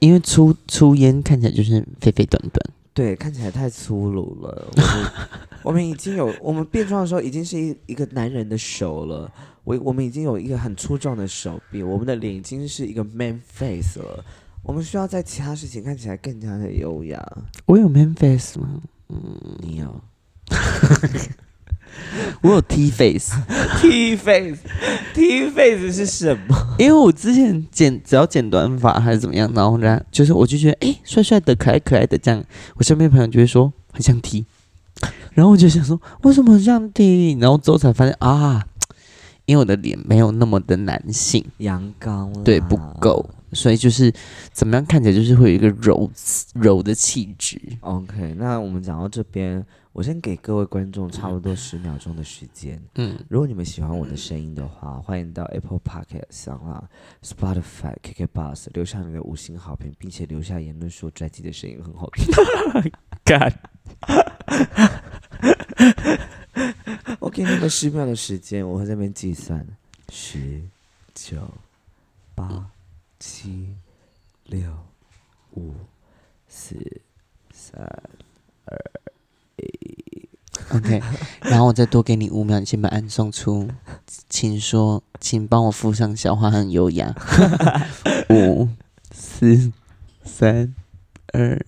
Speaker 2: 因为粗粗烟看起来就是肥肥短短。
Speaker 1: 对，看起来太粗鲁了。我们我们已经有我们变装的时候已经是一一个男人的手了，我我们已经有一个很粗壮的手臂，我们的脸已经是一个 man face 了。我们需要在其他事情看起来更加的优雅。
Speaker 2: 我有 man face 吗？嗯
Speaker 1: 你有
Speaker 2: 我有 T face。
Speaker 4: T face，T face 是什么？
Speaker 2: 因为我之前剪只要剪短发还是怎么样，然后呢，就是我就觉得哎、诶帅帅的、可爱可爱的这样，我身边朋友就会说很像 T，然后我就想说为什么很像 T，然后之后才发现啊，因为我的脸没有那么的男性，
Speaker 1: 阳刚啦
Speaker 2: 对，不够，所以就是怎么样看起来就是会有一个柔柔的气质。
Speaker 1: OK，那我们讲到这边，我先给各位观众差不多十秒钟的时间。
Speaker 2: 嗯，
Speaker 1: 如果你们喜欢我的声音的话，欢迎到 Apple Podcast、s o n Spotify、KK Bus 留下你的五星好评，并且留下言论说拽鸡的声音很好听。
Speaker 2: 干，
Speaker 1: 我给你们十秒的时间，我会在那边计算：十、九、八、七、六、五、四、三。
Speaker 2: OK，然后我再多给你五秒，你先把按送出，请说，请帮我附上小花很优雅。五、四、三、二、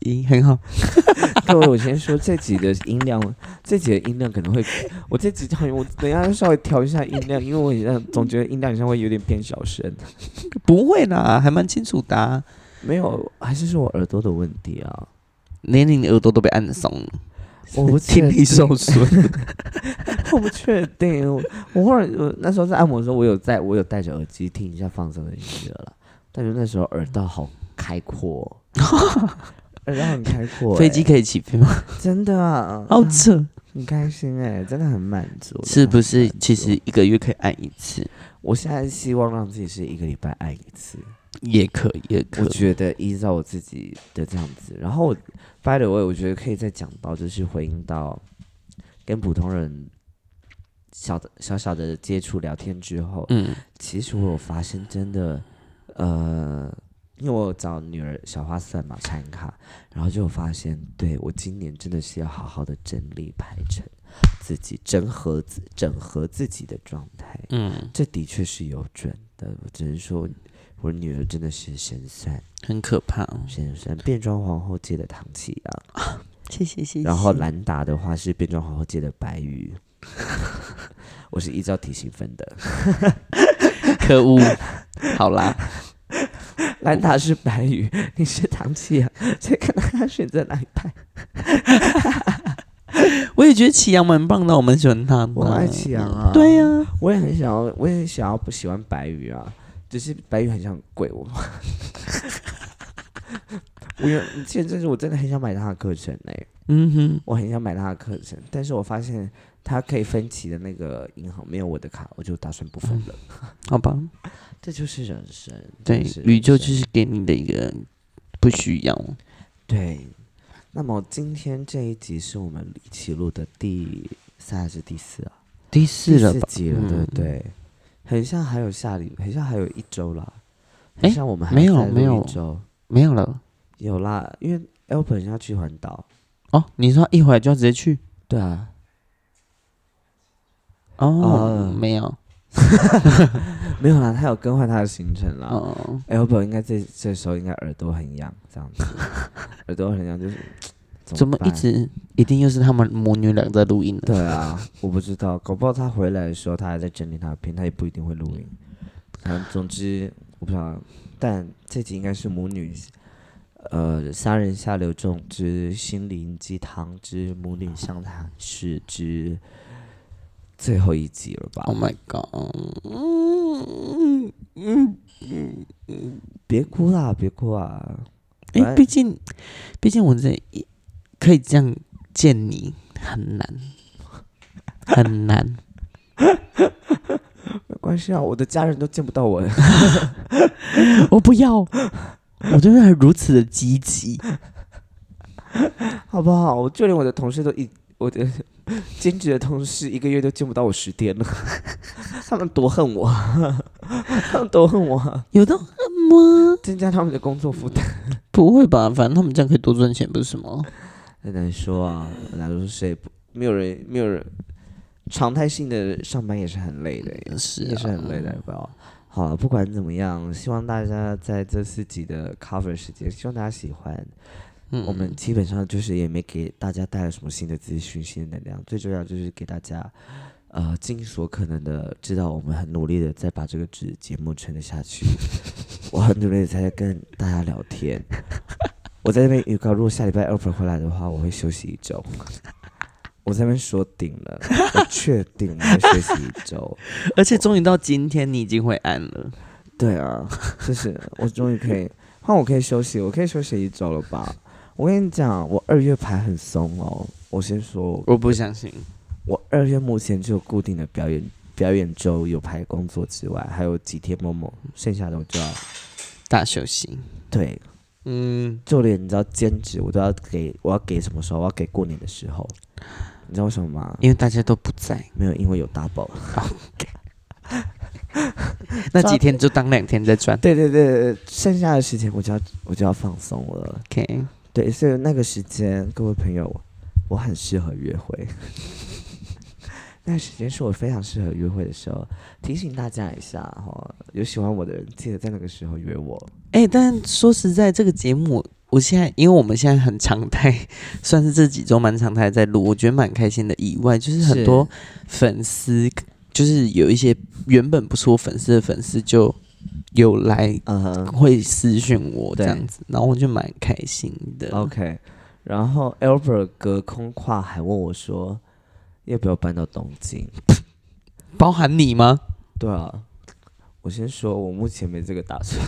Speaker 2: 一，很好。
Speaker 1: 各位，我先说这集的音量，这集的音量可能会，我这集好像我等一下要稍微调一下音量，因为我好像总觉得音量好像会有点变小声。
Speaker 2: 不会啦，还蛮清楚的啊、
Speaker 1: 没有，还是是我耳朵的问题 啊！
Speaker 2: 连你的耳朵都被按松了，
Speaker 1: 我不确
Speaker 2: 听力受损。
Speaker 1: 我不确定，我我后来我那时候在按摩的时候，我有在我有戴着耳机听一下放松的音乐了，但是那时候耳道好开阔 哦，耳道很开阔欸、
Speaker 2: 飞机可以起飞吗？
Speaker 1: 真的啊，
Speaker 2: 好扯，
Speaker 1: 很开心哎、真的很满足，
Speaker 2: 是不
Speaker 1: 真的
Speaker 2: 是
Speaker 1: 很满？足
Speaker 2: 其实一个月可以按一次，
Speaker 1: 我现在希望让自己是一个礼拜按一次，
Speaker 2: 也可以，也可
Speaker 1: 我
Speaker 2: 以。
Speaker 1: 觉得依照我自己的这样子，然后 by the way，我觉得可以再讲到，就是回应到跟普通人小的小小的接触聊天之后，
Speaker 2: 嗯，
Speaker 1: 其实我有发现，真的，呃，因为我找女儿小花算嘛产卡，然后就有发现，对我今年真的是要好好的整理排成自己整合自整合自己的状态，
Speaker 2: 嗯，
Speaker 1: 这的确是有准的。我只能说，我女儿真的是神算
Speaker 2: 很可怕哦。
Speaker 1: 神算，变装皇后界的唐启阳。
Speaker 2: 谢谢谢谢。
Speaker 1: 然后兰达的话是变装皇后界的白鱼， 我是依照体型分的。
Speaker 2: 可 恶，好啦，
Speaker 1: 兰达是白鱼，你是唐琪阳，所以看他选择哪一派。
Speaker 2: 我也觉得祁阳蛮棒的，我蛮喜欢他的。
Speaker 1: 我爱启阳啊，
Speaker 2: 嗯对呀、
Speaker 1: 我也很想要，我也很想要不喜欢白鱼啊，只是白鱼很想贵我。 我有前阵子我真的很想买他的课程哎、
Speaker 2: 嗯哼，
Speaker 1: 我很想买他的课程，但是我发现他可以分期的那个银行没有我的卡，我就打算不分了。
Speaker 2: 好吧，
Speaker 1: 这就是人生，
Speaker 2: 对
Speaker 1: 这是，
Speaker 2: 宇
Speaker 1: 人
Speaker 2: 宙
Speaker 1: 生
Speaker 2: 就是给你的一个不需要。
Speaker 1: 对，那么今天这一集是我们一起录的第三还是第四啊？
Speaker 2: 第四了
Speaker 1: 第四
Speaker 2: 吧？
Speaker 1: 集了，对
Speaker 2: 嗯
Speaker 1: 不对？很像还有下礼，很像还有一周啦。
Speaker 2: 诶
Speaker 1: 很像我们还
Speaker 2: 没
Speaker 1: 要
Speaker 2: 有
Speaker 1: 再录
Speaker 2: 没有
Speaker 1: 一周，
Speaker 2: 没有了。
Speaker 1: 有啦，因为 L 本要去环岛，
Speaker 2: 哦，你说一会儿就要直接去？
Speaker 1: 对啊，
Speaker 2: 哦，
Speaker 1: 啊
Speaker 2: 没有。
Speaker 1: 没有啦，他有更换他的行程啦。
Speaker 2: 哦，
Speaker 1: L 本应该这这时候应该耳朵很痒，这 样子，耳朵很痒就是
Speaker 2: 怎么一
Speaker 1: 办
Speaker 2: 直一定又是他们母女俩在录音呢？
Speaker 1: 对啊，我不知道，搞不好他回来的时候他还在整理他的片，他也不一定会录音。反正总之我不知道，但这集应该是母女，呃，杀人下流中之心灵鸡汤之母女相谈室之最后一集了吧？
Speaker 2: Oh my god！嗯
Speaker 1: 别哭啦，别哭啊！
Speaker 2: 因为
Speaker 1: 反
Speaker 2: 哎毕竟，毕竟我这一可以这样见你很难，很难。
Speaker 1: 没关系啊，我的家人都见不到我。
Speaker 2: 我不要， 我对他如此的积极。
Speaker 1: 好不好？我就连我的同事都一我的兼职的同事一个月都见不到我十天了， 他们多恨我， 他们多恨我啊，
Speaker 2: 有的很吗？
Speaker 1: 增加他们的工作负担。
Speaker 2: 不会吧？反正他们这样可以多赚钱，不是吗？
Speaker 1: 很难说啊，很难说谁不没有人没有人，常态性的上班也是很累的，
Speaker 2: 也是、啊
Speaker 1: 也是很累的，。不要。好了，不管怎么样，希望大家在这四集的 cover 时间，希望大家喜欢。
Speaker 2: 嗯
Speaker 1: 我们基本上就是也没给大家带来什么新的资讯、新的能量，最重要就是给大家，呃，尽所可能的知道我们很努力的在把这个节节目撑得下 去，我很努力的在跟大家聊天。我在那边预告，如果下礼拜 Alfred 回来的话，我会休息一周。我在那边说定了，我确定我会休息一周。
Speaker 2: 而且终于到今天，你已经会按了。
Speaker 1: 对啊，就是我终于可以换，我可以休息，我可以休息一周了吧？我跟你讲，我二月排很松哦。我先说，
Speaker 2: 我不相信，
Speaker 1: 我二月目前只有固定的表演表演周有排工作之外，还有几天某某，剩下的我就要
Speaker 2: 大休息。
Speaker 1: 对，
Speaker 2: 嗯，
Speaker 1: 就连你知道兼职我都要给，我要给什么时候？我要给过年的时候，你知道为什么吗？
Speaker 2: 因为大家都不在，
Speaker 1: 没有，因为有 double。
Speaker 2: 那几天就当两天在赚。
Speaker 1: 对对对，对剩下的时间我就要我就要放松了。
Speaker 2: OK，
Speaker 1: 对，所以那个时间，各位朋友，我很适合约会。 那个时间是我非常适合约会的时候，提醒大家一下哈、有喜欢我的人，记得在那个时候约我。
Speaker 2: 哎、但说实在，这个节目我现在，因为我们现在很常态， 算是这几周蛮常态在录，我觉得蛮开心的。以外，就是很
Speaker 1: 是
Speaker 2: 多粉丝，就是有一些原本不是我粉丝的粉丝，就有来
Speaker 1: 嗯哼
Speaker 2: 会私讯我这
Speaker 1: 对
Speaker 2: 样子，然后我就蛮开心的。
Speaker 1: ，OK。然后 Albert 隔空跨海问我说，要不要搬到东京？
Speaker 2: 包含你吗？
Speaker 1: 对啊，我先说，我目前没这个打算，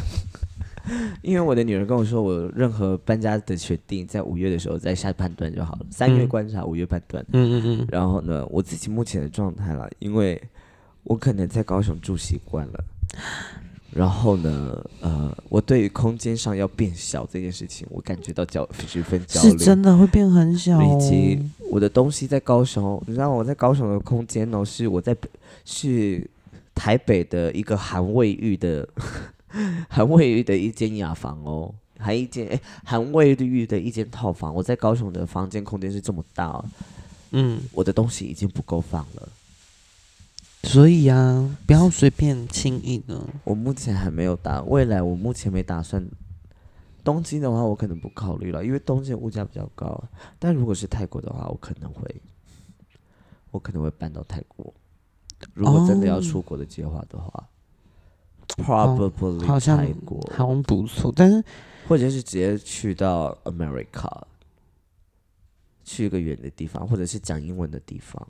Speaker 1: 因为我的女儿跟我说，我任何搬家的决定，在五月的时候再下判断就好了，三月
Speaker 2: 嗯
Speaker 1: 观察，五月判断。
Speaker 2: 嗯嗯嗯，
Speaker 1: 然后呢，我自己目前的状态啦，因为我可能在高雄住习惯了，然后呢，呃，我对于空间上要变小这件事情，我感觉到焦十分焦
Speaker 2: 是
Speaker 1: 虑。
Speaker 2: 真的会变很小、
Speaker 1: 以
Speaker 2: 哦。
Speaker 1: 及我的东西在高雄，你知道我在高雄的空间哦，是我在是台北的一个韩卫域的 韩卫浴的一间雅房哦，还一间哎，韩卫浴的一间套房。我在高雄的房间空间是这么大哦、
Speaker 2: 嗯，
Speaker 1: 我的东西已经不够放了。
Speaker 2: 所以啊，不要随便轻易的。
Speaker 1: 我目前还没有打，未来我目前没打算。东京的话，我可能不考虑了，因为东京的物价比较高。但如果是泰国的话，我可能会，我可能会搬到泰国。如果真的要
Speaker 2: 哦
Speaker 1: 出国的计划的话、p r o b a b l y
Speaker 2: 好像
Speaker 1: 泰国，
Speaker 2: 好像不错，但是
Speaker 1: 或者是直接去到 America，去一个远的地方，或者是讲英文的地方，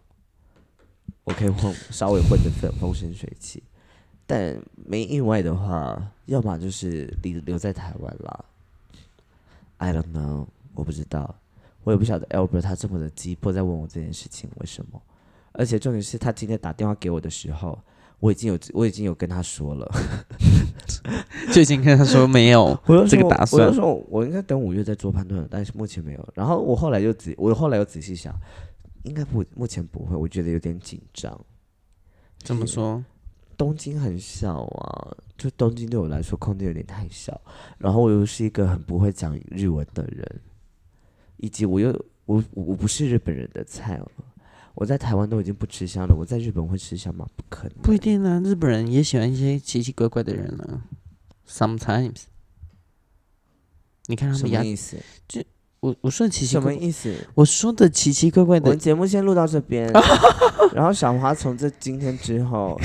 Speaker 1: 我可以混稍微混得风风生水起。但没意外的话，要么就是留留在台湾啦。I don't know，我不知道，我也不晓得 Albert 他这么的急迫在问我这件事情为什么。而且重点是他今天打电话给我的时候，我已经有我已经有跟他说了。
Speaker 2: 最近跟他说没有
Speaker 1: 我就
Speaker 2: 这个
Speaker 1: 说
Speaker 2: 打
Speaker 1: 我
Speaker 2: 算
Speaker 1: 就，说我应该等五月再做判断，但是目前没有。然后我后来又仔，我后来又仔细想，应该不，目前不会。我觉得有点紧张。
Speaker 2: 怎么说？
Speaker 1: 东京很小啊，就东京对我来说空间有点太小。然后我又是一个很不会讲日文的人，以及我又我我我不是日本人的菜哦。我在台湾都已经不吃香了，我在日本会吃香吗？不可能。
Speaker 2: 不一定啊，日本人也喜欢一些奇奇怪怪的人啊。Sometimes，你啊看他
Speaker 1: 什
Speaker 2: 们
Speaker 1: 么
Speaker 2: 牙，
Speaker 1: 意思？
Speaker 2: 我我说的奇奇
Speaker 1: 什么
Speaker 2: 怪怪，
Speaker 1: 意思？
Speaker 2: 我说的奇奇怪怪
Speaker 1: 我
Speaker 2: 的
Speaker 1: 们节目先录到这 边，然后小华从这今天之后，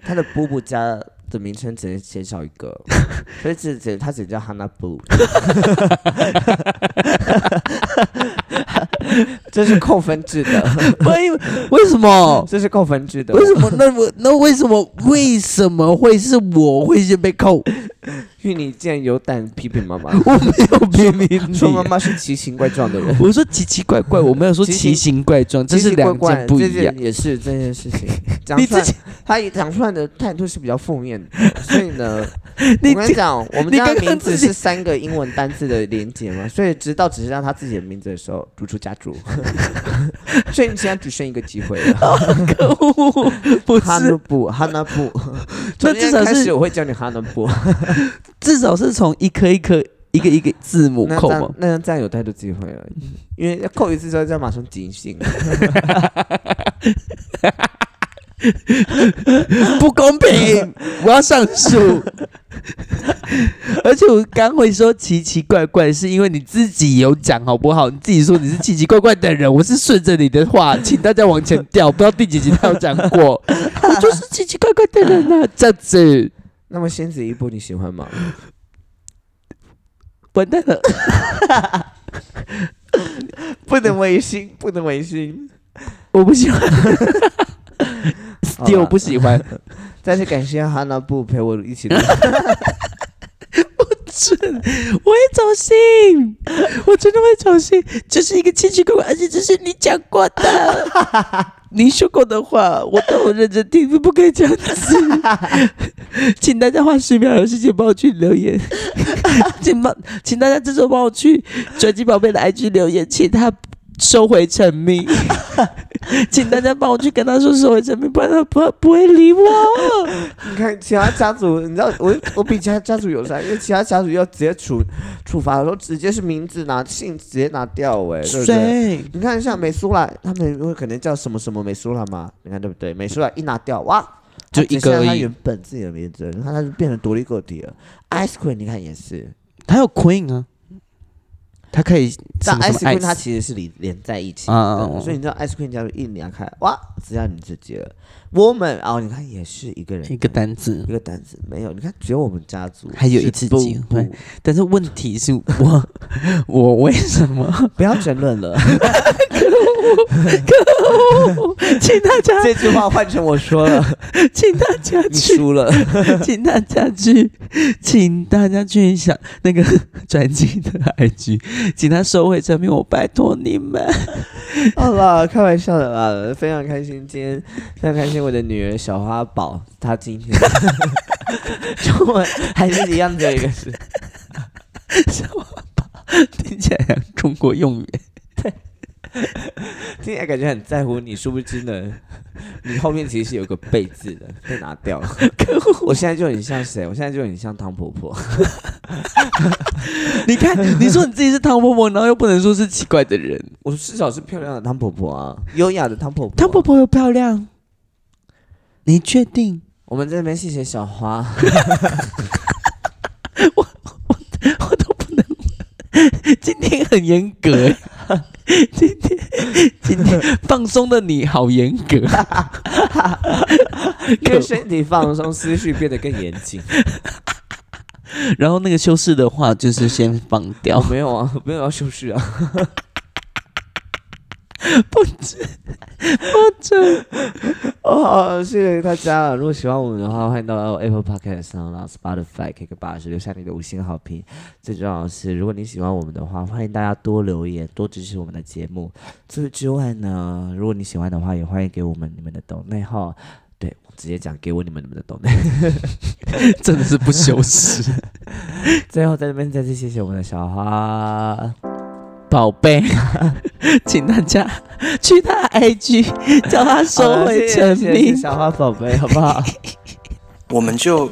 Speaker 1: 他的布布家的名称只能减少一个，所以只只他只叫哈娜 布，这是扣分制的，哦
Speaker 2: 为为什么？
Speaker 1: 这是扣分制的。
Speaker 2: 为什么？那我那为什么？为什么会是我会先被 扣？
Speaker 1: 因为你竟然有胆批评妈妈，
Speaker 2: 我没有批评
Speaker 1: 说妈
Speaker 2: 你。
Speaker 1: 妈是奇形怪状的人，
Speaker 2: 我说奇奇怪怪，我没有说
Speaker 1: 奇
Speaker 2: 奇
Speaker 1: 形
Speaker 2: 形怪状，这
Speaker 1: 奇
Speaker 2: 是
Speaker 1: 奇怪
Speaker 2: 两
Speaker 1: 怪
Speaker 2: 件不一样
Speaker 1: 这。件也是这件事情。讲
Speaker 2: 你
Speaker 1: 出来
Speaker 2: 自己
Speaker 1: 他也讲出来的态度是比较负面的，所以呢，
Speaker 2: 你
Speaker 1: 我跟你讲，我们
Speaker 2: 你
Speaker 1: 家
Speaker 2: 刚
Speaker 1: 的
Speaker 2: 刚
Speaker 1: 名字
Speaker 2: 自己
Speaker 1: 是三个英文单字的连结嘛，所以直到只是让他自己的名字的时候，逐出家主。 所以你现在只剩一个机会了，
Speaker 2: 可恶！不
Speaker 1: 哈
Speaker 2: 哦是
Speaker 1: 努，布，哈纳布。
Speaker 2: 那
Speaker 1: 从今
Speaker 2: 至
Speaker 1: 天
Speaker 2: 少
Speaker 1: 开始
Speaker 2: 是
Speaker 1: 我会叫你哈纳布。
Speaker 2: 至少是从一颗一颗、一个一个字母
Speaker 1: 那
Speaker 2: 扣
Speaker 1: 这
Speaker 2: 嘛
Speaker 1: 样。那样这样有太多机会了，因为要扣一次之后就要马上警醒。
Speaker 2: 不公平， 我要上诉。而且我刚会说奇奇怪怪，是因为你自己有讲好不好？你自己说你是奇奇怪怪的人，我是顺着你的话，请大家往前调。不知道第几集他有讲过，我就是奇奇怪怪的人啊，这样子
Speaker 1: 那么仙子一步你喜欢 吗？
Speaker 2: 完蛋了。
Speaker 1: 不能违心，不能违心。
Speaker 2: 我不喜欢
Speaker 1: 好啦
Speaker 2: ，still 不喜欢，
Speaker 1: 再次感谢哈纳布陪我一起录。
Speaker 2: 我会走心，我真的会走心，这是一个奇奇怪怪，而且这是你讲过的， 你说过的话，我都有认真听，不可以这样子， 请大家花十秒的时间帮我去留言， 请帮，请大家这时候帮我去转机宝贝的 IG 留言，请他。收回成 命，请大家帮我去跟他说收回成命，不然他不不会理我。
Speaker 1: 你看其他家族，你知道我我比其他家族友善，因为其他家族要直接处处罚，然后直接是名字拿姓直接拿掉、哎，对不对？
Speaker 2: 谁？
Speaker 1: 你看像美苏拉，他们会可能叫什么什么美苏拉嘛？你看对不对？美苏拉一拿掉，哇，
Speaker 2: 就一
Speaker 1: 他只剩
Speaker 2: 个
Speaker 1: 下
Speaker 2: 而
Speaker 1: 他
Speaker 2: 已
Speaker 1: 原本自己的名字了，你看他就变成独立个体了。Ice Queen，你看也是，
Speaker 2: 他有 Queen 啊，他可以什
Speaker 1: 但
Speaker 2: 么
Speaker 1: Ice
Speaker 2: 什么
Speaker 1: Queen
Speaker 2: ice
Speaker 1: 它其实是连连在一起
Speaker 2: 啊啊
Speaker 1: 的
Speaker 2: 啊，
Speaker 1: 所以你知道 Ice Queen 加入一连开，哇，只要你自己了。Woman，哦，你看也是一个人
Speaker 2: 一个单字
Speaker 1: 一，个单子没有，你看只有我们家族
Speaker 2: 还有一
Speaker 1: 是
Speaker 2: 次
Speaker 1: 不
Speaker 2: 机会
Speaker 1: 不
Speaker 2: 但是问题是 我我为什么？
Speaker 1: 不要争论 了，
Speaker 2: 请大家，
Speaker 1: 这句话换成我说 了，
Speaker 2: 请大家
Speaker 1: 你
Speaker 2: 去，
Speaker 1: 输了。
Speaker 2: 请大家去，请大家去想那个 转机的 IG，请他收回成品，我拜托你们。
Speaker 1: 好啦，开玩笑的啦，非常开心，今天非常开心，我的女儿小花宝，她今天 中文还是一样的一个是，
Speaker 2: 听起来像中国用语，
Speaker 1: 听起来感觉很在乎你，殊不知呢，你后面其实是有个“被”字的，被拿掉了。我现在就很像谁？我现在就很像汤婆婆。
Speaker 2: 你看，你说你自己是汤婆婆，然后又不能说是奇怪的人。
Speaker 1: 我至少是漂亮的汤婆婆啊，优雅的汤婆婆、
Speaker 2: 汤婆，婆又漂亮，你确定？
Speaker 1: 我们这边谢谢小花。
Speaker 2: 我都不能。 今天很严格 欸，今天今天放松的你好严格。
Speaker 1: 跟身体放松，思绪变得更严谨。
Speaker 2: 然后那个修饰的话，就是先放掉
Speaker 1: 我。没有啊，没有要修饰啊。不止，不止。哦，谢谢大家。如果喜欢我们的话，欢迎到 Apple Podcast 上、然后 Spotify、KK 八十留下你的五星好评。最重要的是，如果你喜欢我们的话，欢迎大家多留言，多支持我们的节目。除此之外呢，如果你喜欢的话，也欢迎给我们你们的抖内号。对，我直接讲给我你们你们的抖内。
Speaker 2: 真的是不修 饰，
Speaker 1: 最后在这边再次谢谢我们的小花。
Speaker 2: 宝贝， 请大家去他的 IG，叫他 收回成
Speaker 1: 啊谢谢
Speaker 2: 命。
Speaker 1: 小花宝贝，好不 好？
Speaker 3: 我们就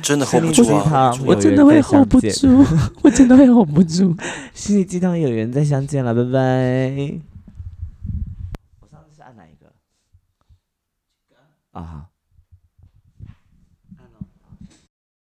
Speaker 3: 真的 hold 不
Speaker 1: 心灵
Speaker 3: 住
Speaker 1: 鸡
Speaker 3: 啊！
Speaker 1: 汤，
Speaker 2: 我真的会 hold 不住， 我真的会 hold 不住。
Speaker 1: 心灵鸡汤有缘再相见了，拜拜。我上次是按哪一个？啊，好。